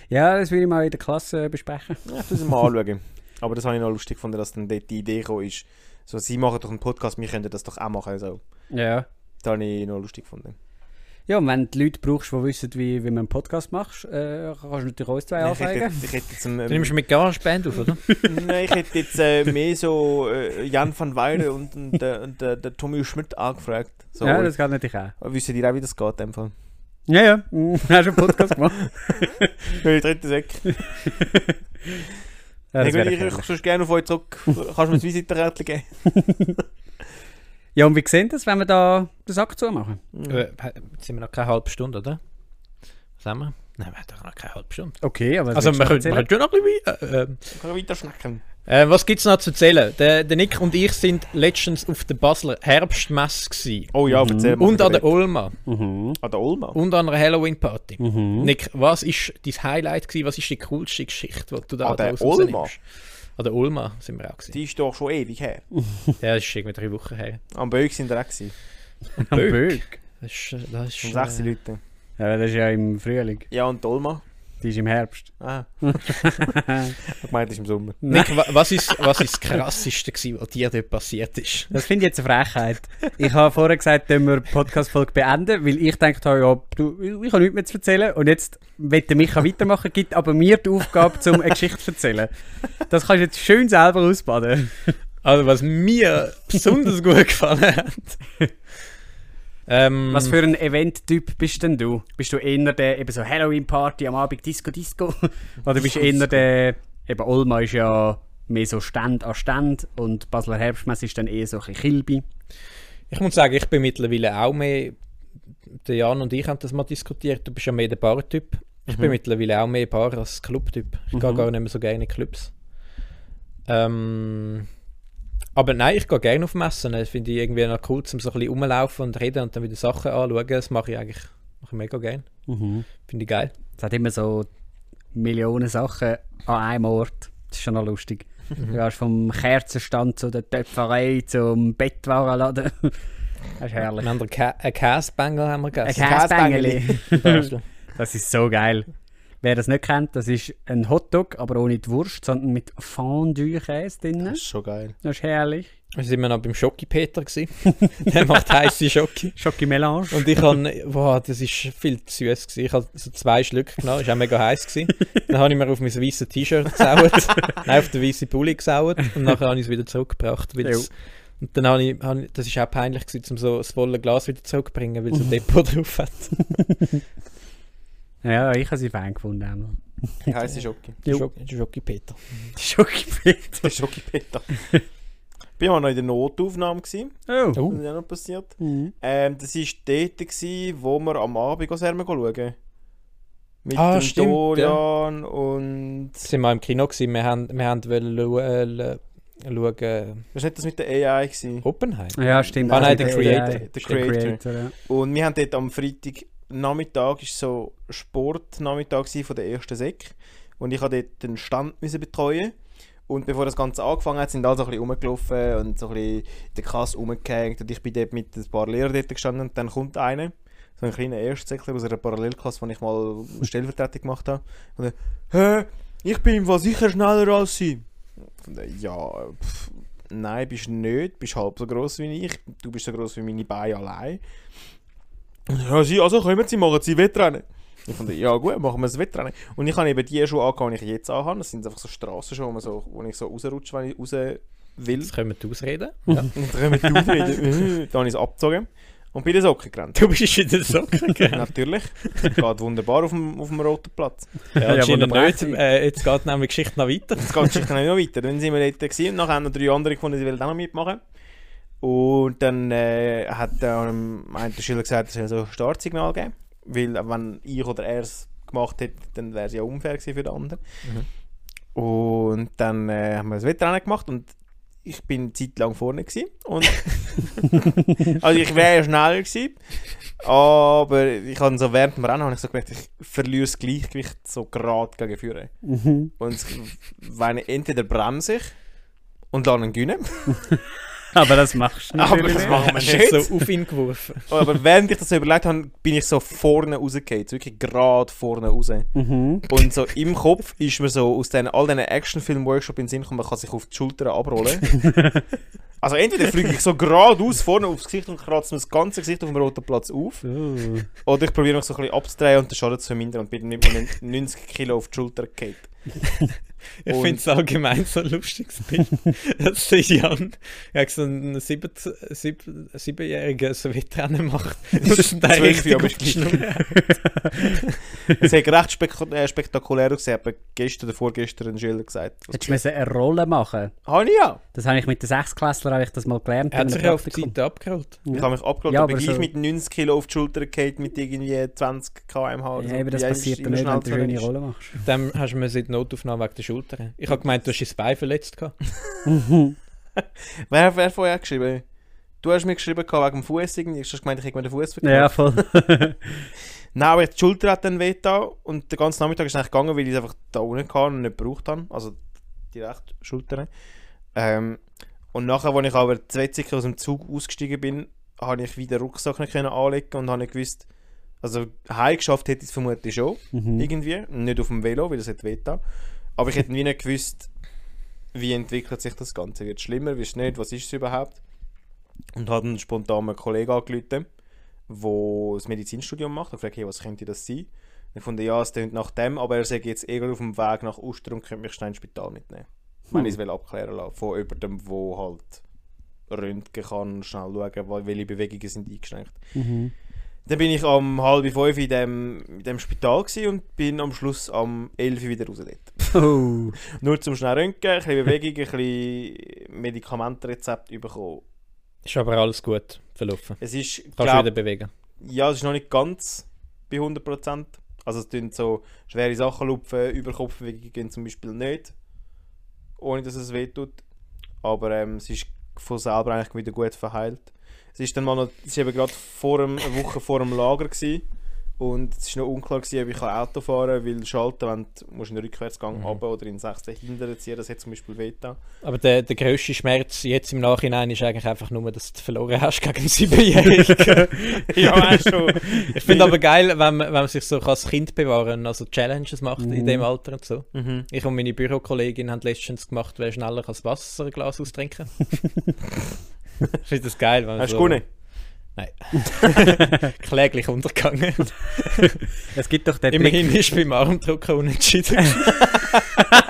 [SPEAKER 3] Ja, das würde ich mal in der Klasse äh, besprechen.
[SPEAKER 4] Ja, das müssen wir mal anschauen. Aber das habe ich noch lustig gefunden, dass dann dort die Idee gekommen ist. So, sie machen doch einen Podcast, wir könnten das doch auch machen. So.
[SPEAKER 3] Ja.
[SPEAKER 4] Das habe ich noch lustig gefunden.
[SPEAKER 3] Ja, und wenn du Leute brauchst, die wissen, wie, wie man einen Podcast macht, äh, kannst du natürlich uns zwei
[SPEAKER 4] ich, hätte,
[SPEAKER 3] anfragen.
[SPEAKER 4] ich hätte jetzt, ähm,
[SPEAKER 2] Du nimmst mit GarageBand auf, oder?
[SPEAKER 4] nein, ich hätte jetzt äh, mehr so äh, Jan van Weide und, und, äh, und äh, der Tommy Schmidt angefragt. So, äh,
[SPEAKER 3] Ja, das geht natürlich auch.
[SPEAKER 4] Wissen die auch, wie das geht? in dem Fall?
[SPEAKER 3] Ja, ja. Mhm. Hast du einen Podcast gemacht?
[SPEAKER 4] Weil ich dritte Säck.
[SPEAKER 3] Ja, das
[SPEAKER 4] ich
[SPEAKER 3] wäre
[SPEAKER 4] würde ich-
[SPEAKER 3] cool.
[SPEAKER 4] ich- sonst gerne auf euch zurück. Kannst du mir das Visitenkärtchen geben?
[SPEAKER 3] ja, und wie sehen das, wenn wir da den Sack zumachen?
[SPEAKER 2] Äh, Jetzt sind wir noch keine halbe Stunde, oder? Was haben wir? Nein, wir haben doch noch keine halbe Stunde.
[SPEAKER 3] Okay, aber.
[SPEAKER 2] Also, wir können, wir können schon noch ein bisschen wei- äh, ähm.
[SPEAKER 4] Ich kann weiter schnacken.
[SPEAKER 2] Äh, was gibt's noch zu erzählen? Der, der Nick und ich sind letztens auf der Basler Herbstmesse gewesen.
[SPEAKER 4] Oh ja, erzähl
[SPEAKER 2] Mhm.
[SPEAKER 4] mal.
[SPEAKER 2] Und an der Olma.
[SPEAKER 3] Mhm.
[SPEAKER 4] An der Olma.
[SPEAKER 2] Und an einer Halloween-Party.
[SPEAKER 3] Mhm.
[SPEAKER 2] Nick, was ist dein Highlight gewesen? Was ist die coolste Geschichte, die du da
[SPEAKER 4] An der
[SPEAKER 2] daraus rausnimmst?
[SPEAKER 4] Olma?
[SPEAKER 2] An der Olma sind wir auch gewesen.
[SPEAKER 4] Die ist doch schon ewig her.
[SPEAKER 2] Ja, das ist irgendwie drei Wochen her.
[SPEAKER 4] Am Böck sind wir auch. gewesen.
[SPEAKER 3] Am
[SPEAKER 2] Böck.
[SPEAKER 3] Böck.
[SPEAKER 2] Das ist, das ist,
[SPEAKER 4] Um
[SPEAKER 2] äh,
[SPEAKER 4] 16 Leute.
[SPEAKER 3] Ja, das ist ja im Frühling.
[SPEAKER 4] Ja, und die Olma.
[SPEAKER 3] Die ist im Herbst.
[SPEAKER 4] Ah. ich meine, das ist im Sommer.
[SPEAKER 2] Nick, wa- was ist, was ist das Krasseste gewesen, was dir dort passiert ist?
[SPEAKER 3] Das finde ich jetzt eine Frechheit. Ich habe vorher gesagt, dass wir die Podcast-Folge beenden, weil ich gedacht habe, ja, du, ich habe nichts mehr zu erzählen und jetzt will der Micha weitermachen, gibt aber mir die Aufgabe, um eine Geschichte zu erzählen. Das kannst du jetzt schön selber ausbaden.
[SPEAKER 2] Also, was mir besonders gut gefallen hat. Ähm,
[SPEAKER 3] Was für ein Event-Typ bist denn du? Bist du eher der eben so Halloween-Party am Abend, Disco, Disco? Oder bist du eher der, eben Olma ist ja mehr so Stand an Stand und Basler Herbstmesse ist dann eher so ein bisschen Kilby.
[SPEAKER 2] Ich muss sagen, ich bin mittlerweile auch mehr. Der Jan und ich haben das mal diskutiert. Du bist ja mehr der Bartyp. Ich
[SPEAKER 4] Mhm.
[SPEAKER 2] bin mittlerweile auch mehr Bar als Clubtyp. Ich gehe
[SPEAKER 3] Mhm.
[SPEAKER 2] gar nicht mehr so gerne in Clubs. Ähm, aber nein, ich gehe gerne auf Messen. Das finde ich irgendwie noch cool, zum so ein bisschen rumlaufen und reden und dann wieder Sachen anschauen. Das mache ich eigentlich mache ich mega gerne.
[SPEAKER 3] Mhm.
[SPEAKER 2] Finde ich geil.
[SPEAKER 3] Es hat immer so Millionen Sachen an einem Ort. Das ist schon noch lustig. Du gehst vom Kerzenstand zu der Töpferei zum Bettwarenladen. Das ist herrlich.
[SPEAKER 2] Wir haben einen Kä- einen Käsebengel haben wir
[SPEAKER 3] Ein
[SPEAKER 2] gegessen.
[SPEAKER 3] Käsebängeli.
[SPEAKER 2] in Basel.
[SPEAKER 3] Das ist so geil. Wer das nicht kennt, das ist ein Hotdog, aber ohne die Wurst, sondern mit Fondue-Käse drin.
[SPEAKER 4] Das ist schon geil.
[SPEAKER 3] Das ist herrlich.
[SPEAKER 2] Wir sind immer noch beim Schocki-Peter. gewesen. Der macht heiße Schocki.
[SPEAKER 3] Schocke Melange.
[SPEAKER 2] Und ich habe, wow, das ist viel zu süß gewesen. Ich habe so zwei Schlücke genommen, ist auch mega heiß gewesen. Dann habe ich mir auf mein weißes T-Shirt gesaut, nein, auf den weißen Pulli gesaut und nachher habe ich es wieder zurückgebracht, weil es, und dann habe ich, habe ich, das ist auch peinlich gewesen, um so das volle Glas wieder zurückzubringen, weil es ein Depot drauf hat.
[SPEAKER 3] Ja, ich habe sie fein gefunden. einmal.
[SPEAKER 4] Heiße Schocke.
[SPEAKER 2] Schock- Schocki Peter.
[SPEAKER 3] Schocke Peter.
[SPEAKER 4] Der Schocke Peter. Ich war mal noch in der Notaufnahme. Gewesen.
[SPEAKER 3] Oh.
[SPEAKER 4] Das ist auch noch passiert.
[SPEAKER 3] Mhm.
[SPEAKER 4] Ähm, das war dort, gewesen, wo wir am Abend auch selber schauen. Mit
[SPEAKER 2] Ah,
[SPEAKER 4] dem
[SPEAKER 2] stimmt,
[SPEAKER 4] Dorian und...
[SPEAKER 2] Wir sind mal im Kino gewesen, wir haben, wir haben wollen schauen, äh, schauen,
[SPEAKER 4] Was war nicht das mit der AI? Gewesen?
[SPEAKER 2] Oppenheim.
[SPEAKER 3] Ja, stimmt.
[SPEAKER 2] Ah, nein,
[SPEAKER 3] das
[SPEAKER 2] der
[SPEAKER 3] ist
[SPEAKER 2] Creator.
[SPEAKER 3] AI.
[SPEAKER 4] Der Creator.
[SPEAKER 3] ja.
[SPEAKER 4] Und wir haben dort am Freitag Nachmittag ist so Sportnachmittag gewesen von der ersten Sek und ich habe dort den Stand müssen betreuen und bevor das Ganze angefangen hat, sind alle so ein bisschen rumgelaufen und so ein bisschen in der Kasse rumgehängt und ich bin dort mit ein paar Lehrern dort gestanden und dann kommt einer, so ein kleiner Erstsäckler aus einer Parallelklasse, wo ich mal Stellvertretung gemacht habe und er, «Hä, ich bin im Fall sicher schneller als sie!» Und, äh, «Ja, pff, nein, bist nicht, bist halb so groß wie ich, du bist so groß wie meine Beine allein.» Ja, sie, also kommen sie, machen sie Wettrennen. Ich fand, ja gut, machen wir das Wettrennen. Und ich habe eben die Schuhe angehauen, die ich jetzt anhabe. Das sind einfach so Strassenschuhe, wo, man so, wo ich so rausrutsche, wenn ich raus will.
[SPEAKER 2] Jetzt können wir ausreden.
[SPEAKER 4] Und dann kommen die Ausreden. Dann habe ich es abgezogen und bin in den Socken gerannt.
[SPEAKER 2] Du bist in den Socken gegangen.
[SPEAKER 4] Natürlich. Das geht wunderbar auf dem, auf dem roten Platz.
[SPEAKER 2] Ja, anscheinend
[SPEAKER 3] wunderbar.
[SPEAKER 2] nicht. Äh, jetzt geht nämlich die Geschichte noch weiter.
[SPEAKER 4] Jetzt geht die Geschichte dann noch weiter. Dann sind wir dort gewesen, und nachher haben noch drei andere gefunden, die wollen auch noch mitmachen. Und dann äh, hat der ähm, ein der Schüler gesagt, es soll so ein Startsignal geben. Weil äh, wenn ich oder er es gemacht hätte, dann wäre es ja unfair gewesen für den anderen. Und dann äh, haben wir das Wettrennen gemacht und ich bin eine Zeit lang vorne gewesen. Und also ich wäre schneller gewesen. Aber ich habe so während dem Rennen habe ich so gemerkt, ich verliere das Gleichgewicht so gerade gegen Führer.
[SPEAKER 3] Mhm.
[SPEAKER 4] Und es- wenn ich entweder bremse ich und dann gewinnen.
[SPEAKER 3] Aber das machst du
[SPEAKER 4] Aber
[SPEAKER 3] natürlich
[SPEAKER 4] das machen wir
[SPEAKER 2] Hast du
[SPEAKER 4] nicht.
[SPEAKER 2] so auf ihn geworfen.
[SPEAKER 4] Oh, Aber während ich das so überlegt habe, bin ich so vorne rausgefallen. So wirklich gerade vorne raus.
[SPEAKER 3] Mhm.
[SPEAKER 4] Und so im Kopf ist mir so aus den, all diesen Actionfilm-Workshops in den Sinn gekommen, man kann sich auf die Schultern abrollen. also entweder fliege ich so geradeaus vorne aufs Gesicht und kratze mir das ganze Gesicht auf dem roten Platz auf.
[SPEAKER 3] So.
[SPEAKER 4] Oder ich probiere mich so ein bisschen abzudrehen und den Schaden zu vermindern und bin nicht mit 90 Kilo auf die Schulter gefallen.
[SPEAKER 2] Ich
[SPEAKER 4] Und-
[SPEAKER 2] finde es allgemein so ein lustiges Bild. Dass der Jan ja, so einen sieben, sieben, siebenjährigen so Wettrennen macht. Das ist ein
[SPEAKER 4] Zwölf
[SPEAKER 2] richtig
[SPEAKER 4] Jahre
[SPEAKER 2] auf die
[SPEAKER 4] bist du
[SPEAKER 2] Schnur.
[SPEAKER 4] Es hat recht spek äh, spektakulär ausgesehen, hat mir gestern oder vorgestern ein Schüler gesagt. Ah,
[SPEAKER 3] Hättest du müssen eine Rolle machen
[SPEAKER 4] Habe ich ja.
[SPEAKER 3] Das habe ich mit den Sechsklässlern habe ich das mal gelernt.
[SPEAKER 2] Er hat
[SPEAKER 3] in
[SPEAKER 2] sich
[SPEAKER 3] einem
[SPEAKER 2] ja auf die
[SPEAKER 3] Praktikum.
[SPEAKER 2] Seite abgerollt.
[SPEAKER 4] Ich habe mich abgeholt,
[SPEAKER 3] Ja,
[SPEAKER 4] aber
[SPEAKER 3] aber
[SPEAKER 4] gleich
[SPEAKER 3] so-
[SPEAKER 4] mit 90 Kilo auf die Schulter gefallen mit irgendwie 20 km/h.
[SPEAKER 2] also
[SPEAKER 3] Ja, eben, das passiert dann nicht, wenn du eine schöne Rolle machst.
[SPEAKER 2] Dann hast du mir seit Notaufnahme wegen der Schulter. Ich habe gemeint, du hast dein Bein verletzt. Gehabt.
[SPEAKER 4] Wer, wer hat vorher geschrieben? Du hast mir geschrieben gehabt, wegen dem Fuß irgendwie. Du hast gemeint, ich hätte mir den Fuß verkauft.
[SPEAKER 3] Ja, voll.
[SPEAKER 4] Nein, aber die Schulter hat dann weh da und den ganzen Nachmittag ist es eigentlich gegangen, weil ich es einfach da unten hatte und nicht gebraucht habe. Also die rechte Schulter. Ähm, und nachher, als ich aber zwei Zicke aus dem Zug ausgestiegen bin, habe ich wieder den Rucksack nicht können anlegen und habe nicht gewusst, also heimgeschafft hätte ich es vermutlich schon, irgendwie. Nicht auf dem Velo, weil es hat weh da. Aber ich hätte wie nicht gewusst, wie entwickelt sich das Ganze. Wird es schlimmer, wird es nicht, was ist es überhaupt? Und habe dann spontan einen Kollegen angerufen wo das Medizinstudium macht und fragt, hey, was könnte das sein? Und ich fand, ja, es tönt nach dem, aber er sei jetzt eh gerade auf dem Weg nach Uster und könnte mich schnell ins Spital mitnehmen. Wenn
[SPEAKER 2] Hm.
[SPEAKER 4] ich es will abklären lassen, von jemandem, wo halt Röntgen kann, schnell schauen, wel- welche Bewegungen sind eingeschränkt.
[SPEAKER 2] Mhm.
[SPEAKER 4] Dann bin ich am halb fünf in dem, in dem Spital gewesen und bin am Schluss am 11 Uhr wieder raus dort.
[SPEAKER 3] Oh.
[SPEAKER 4] Nur zum schnell Röntgen, ein bisschen Bewegungen, ein bisschen Medikamentrezept bekommen.
[SPEAKER 2] Ist aber alles gut verlaufen.
[SPEAKER 4] Es ist,
[SPEAKER 2] Kannst du
[SPEAKER 4] glaub,
[SPEAKER 2] wieder bewegen.
[SPEAKER 4] ja, es ist noch nicht ganz bei 100%, Also es tun so schwere Sachen lupfen, Überkopfbewegungen gehen zum Beispiel nicht, ohne dass es wehtut. Aber ähm, es ist von selber eigentlich wieder gut verheilt. Es ist dann mal noch, es ist eben gerade vor dem, eine Woche vor dem Lager gewesen. und es ist noch unklar gewesen, ob ich Auto fahren kann, weil schalten, wenn du musst in den Rückwärtsgang
[SPEAKER 2] Mhm.
[SPEAKER 4] runter oder in den sechsten hinterher ziehen, das hat zum Beispiel wehgetan.
[SPEAKER 2] Aber der, der grösste Schmerz jetzt im Nachhinein ist eigentlich einfach nur, dass du verloren hast gegen einen Siebenjährigen.
[SPEAKER 4] ja, weißt schon.
[SPEAKER 2] ich finde aber geil, wenn man, wenn man sich so kann als Kind bewahren also Challenges macht in dem Alter und so.
[SPEAKER 4] Mhm.
[SPEAKER 2] Ich und meine Bürokollegin haben letztens gemacht, wer schneller kann das Wasserglas austrinken Ich finde das geil. Wenn man
[SPEAKER 4] Hast du
[SPEAKER 2] so
[SPEAKER 4] gewonnen?
[SPEAKER 2] Kläglich untergegangen.
[SPEAKER 3] Es gibt doch den
[SPEAKER 2] Immerhin ist beim Armdrücken unentschieden.
[SPEAKER 3] Trick,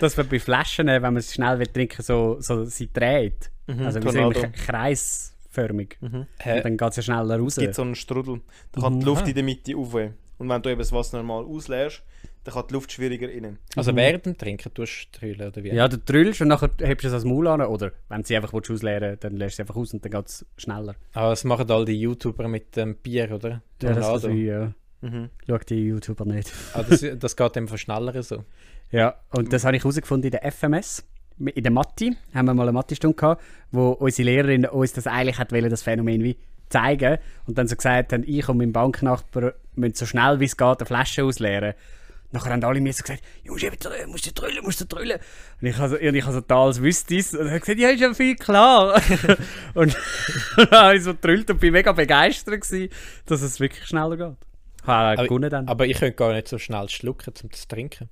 [SPEAKER 3] dass man bei Flaschen, äh, wenn man es schnell will trinken, so, so sie dreht. also wie so im
[SPEAKER 4] Tornado.
[SPEAKER 3] K- kreisförmig.
[SPEAKER 2] Mhm, Hä?
[SPEAKER 3] Und dann geht es ja schneller raus.
[SPEAKER 4] Es gibt so einen Strudel. Da kann die
[SPEAKER 3] Mhm.
[SPEAKER 4] Luft in der Mitte aufwehen. Und wenn du eben das Wasser normal ausleerst, dann kann die Luft schwieriger innen.
[SPEAKER 2] also während dem Trinken tust du trüllen oder wie?
[SPEAKER 3] ja, du drüllst und nachher hebst du es als Maul an. Oder wenn du sie einfach willst ausleeren willst, dann lässt du sie einfach aus und dann geht es schneller.
[SPEAKER 2] Aber das machen all die YouTuber mit dem Bier, oder? Tornado. Mhm.
[SPEAKER 3] ja. Schau die YouTuber nicht.
[SPEAKER 2] Ah, das, das geht dem von schneller so.
[SPEAKER 3] Ja, und das habe ich herausgefunden in der FMS. In der Mathe haben wir mal eine Mathe-Stunde gehabt, wo unsere Lehrerin uns das eigentlich hat wollen, das Phänomen wie zeigen und dann so gesagt haben, ich und mein Banknachbar müssen so schnell wie es geht eine Flasche ausleeren. Nachher haben alle mir so gesagt, «Ja, musst du eben drüllen, musst du drüllen, musst du drüllen. Und ich habe so, und ich habe so total als wüsste ich's. Und er hat gesagt, ja, ist ja viel klar. und dann habe ich so gedrüllt und bin mega begeistert gewesen, dass es wirklich schneller geht. Ich habe auch gewonnen ne, dann.
[SPEAKER 2] Aber ich könnte gar nicht so schnell schlucken, um zu trinken.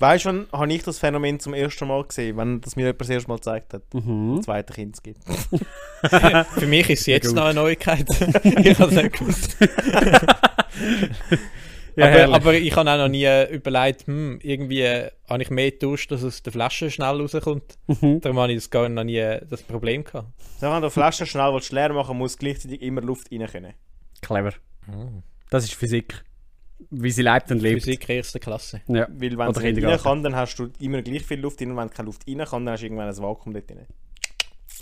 [SPEAKER 4] Weißt du, wann habe ich das Phänomen zum ersten Mal gesehen, wenn das mir jemand das erste Mal gezeigt hat?
[SPEAKER 3] Mhm.
[SPEAKER 4] Das zweite Kind es gibt.
[SPEAKER 2] Für mich ist es jetzt noch eine Neuigkeit. ich habe es nicht gewusst.
[SPEAKER 3] Ja,
[SPEAKER 2] aber,
[SPEAKER 3] herrlich.
[SPEAKER 2] aber ich habe auch noch nie überlegt, hm, irgendwie äh, habe ich mehr Durst, dass es aus der Flasche schnell rauskommt.
[SPEAKER 3] Mhm.
[SPEAKER 2] Darum habe ich das gar noch nie äh, das Problem gehabt.
[SPEAKER 4] So, wenn du Flaschen schnell willst, leer machen muss gleichzeitig immer Luft rein können.
[SPEAKER 3] Clever.
[SPEAKER 4] Ah.
[SPEAKER 3] Das ist Physik. Wie sie lebt und lebt.
[SPEAKER 2] Physik erster Klasse.
[SPEAKER 3] Ja.
[SPEAKER 4] Weil
[SPEAKER 3] Oder
[SPEAKER 4] wenn es nicht rein
[SPEAKER 3] Kindergarten.
[SPEAKER 4] kann, dann hast du immer gleich viel Luft rein. Und wenn keine Luft rein kann, dann hast du irgendwann ein Vakuum dort drin.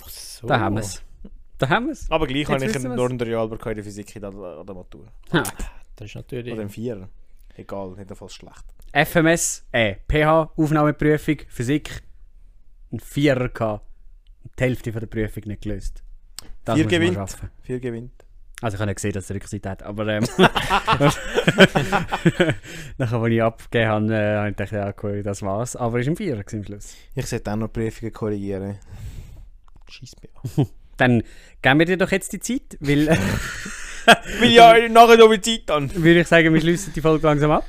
[SPEAKER 2] So.
[SPEAKER 3] Da haben wir es. Da haben wir es.
[SPEAKER 4] Aber gleich habe ich
[SPEAKER 3] wissen
[SPEAKER 4] einen
[SPEAKER 3] wir's.
[SPEAKER 4] Nordrealber in der Physik in der, an der Matur.
[SPEAKER 2] Das ist natürlich.
[SPEAKER 4] Oder einen Vierer. Egal, jedenfalls schlecht.
[SPEAKER 3] FMS, äh, PH, Aufnahmeprüfung, Physik. Ein Vierer gehabt. Die Hälfte von der Prüfung nicht gelöst. Das
[SPEAKER 4] Vier
[SPEAKER 3] muss man
[SPEAKER 4] gewinnt.
[SPEAKER 3] schaffen.
[SPEAKER 4] Vier gewinnt.
[SPEAKER 3] Also ich habe nicht gesehen, dass er Rückseite hat, aber ähm, nachher, als ich abgegeben habe, äh, habe ich gedacht, ja cool, das war's. Aber ist ein Vierer gewesen am Schluss.
[SPEAKER 4] Ich sollte auch noch Prüfungen korrigieren. Scheiß mir an.
[SPEAKER 3] Dann geben wir dir doch jetzt die Zeit, weil
[SPEAKER 4] Weil ja nachher noch mit Zeit an.
[SPEAKER 3] würde ich sagen, wir schließen die Folge langsam ab.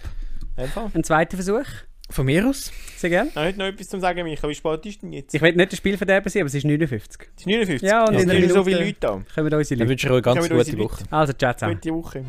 [SPEAKER 4] Einfach.
[SPEAKER 3] Ein zweiter Versuch,
[SPEAKER 2] Von mir aus?
[SPEAKER 3] sehr gerne.
[SPEAKER 4] Noch nicht noch etwas zu sagen, Micha. Wie spät ist denn jetzt?
[SPEAKER 3] Ich will nicht ein Spielverderber sein, aber es ist 59.
[SPEAKER 4] Es ist 59.
[SPEAKER 3] Ja, und
[SPEAKER 4] es
[SPEAKER 3] in
[SPEAKER 4] sind
[SPEAKER 3] einer
[SPEAKER 4] nicht so
[SPEAKER 3] Minute-
[SPEAKER 4] viele Leute da.
[SPEAKER 3] Kommen wir unsere
[SPEAKER 2] Dann
[SPEAKER 3] Leute.
[SPEAKER 2] wünsche ich euch eine ganz
[SPEAKER 4] Kommen wir
[SPEAKER 2] gute
[SPEAKER 4] unsere
[SPEAKER 2] Woche.
[SPEAKER 3] Also, ciao zusammen.
[SPEAKER 4] Gute Woche.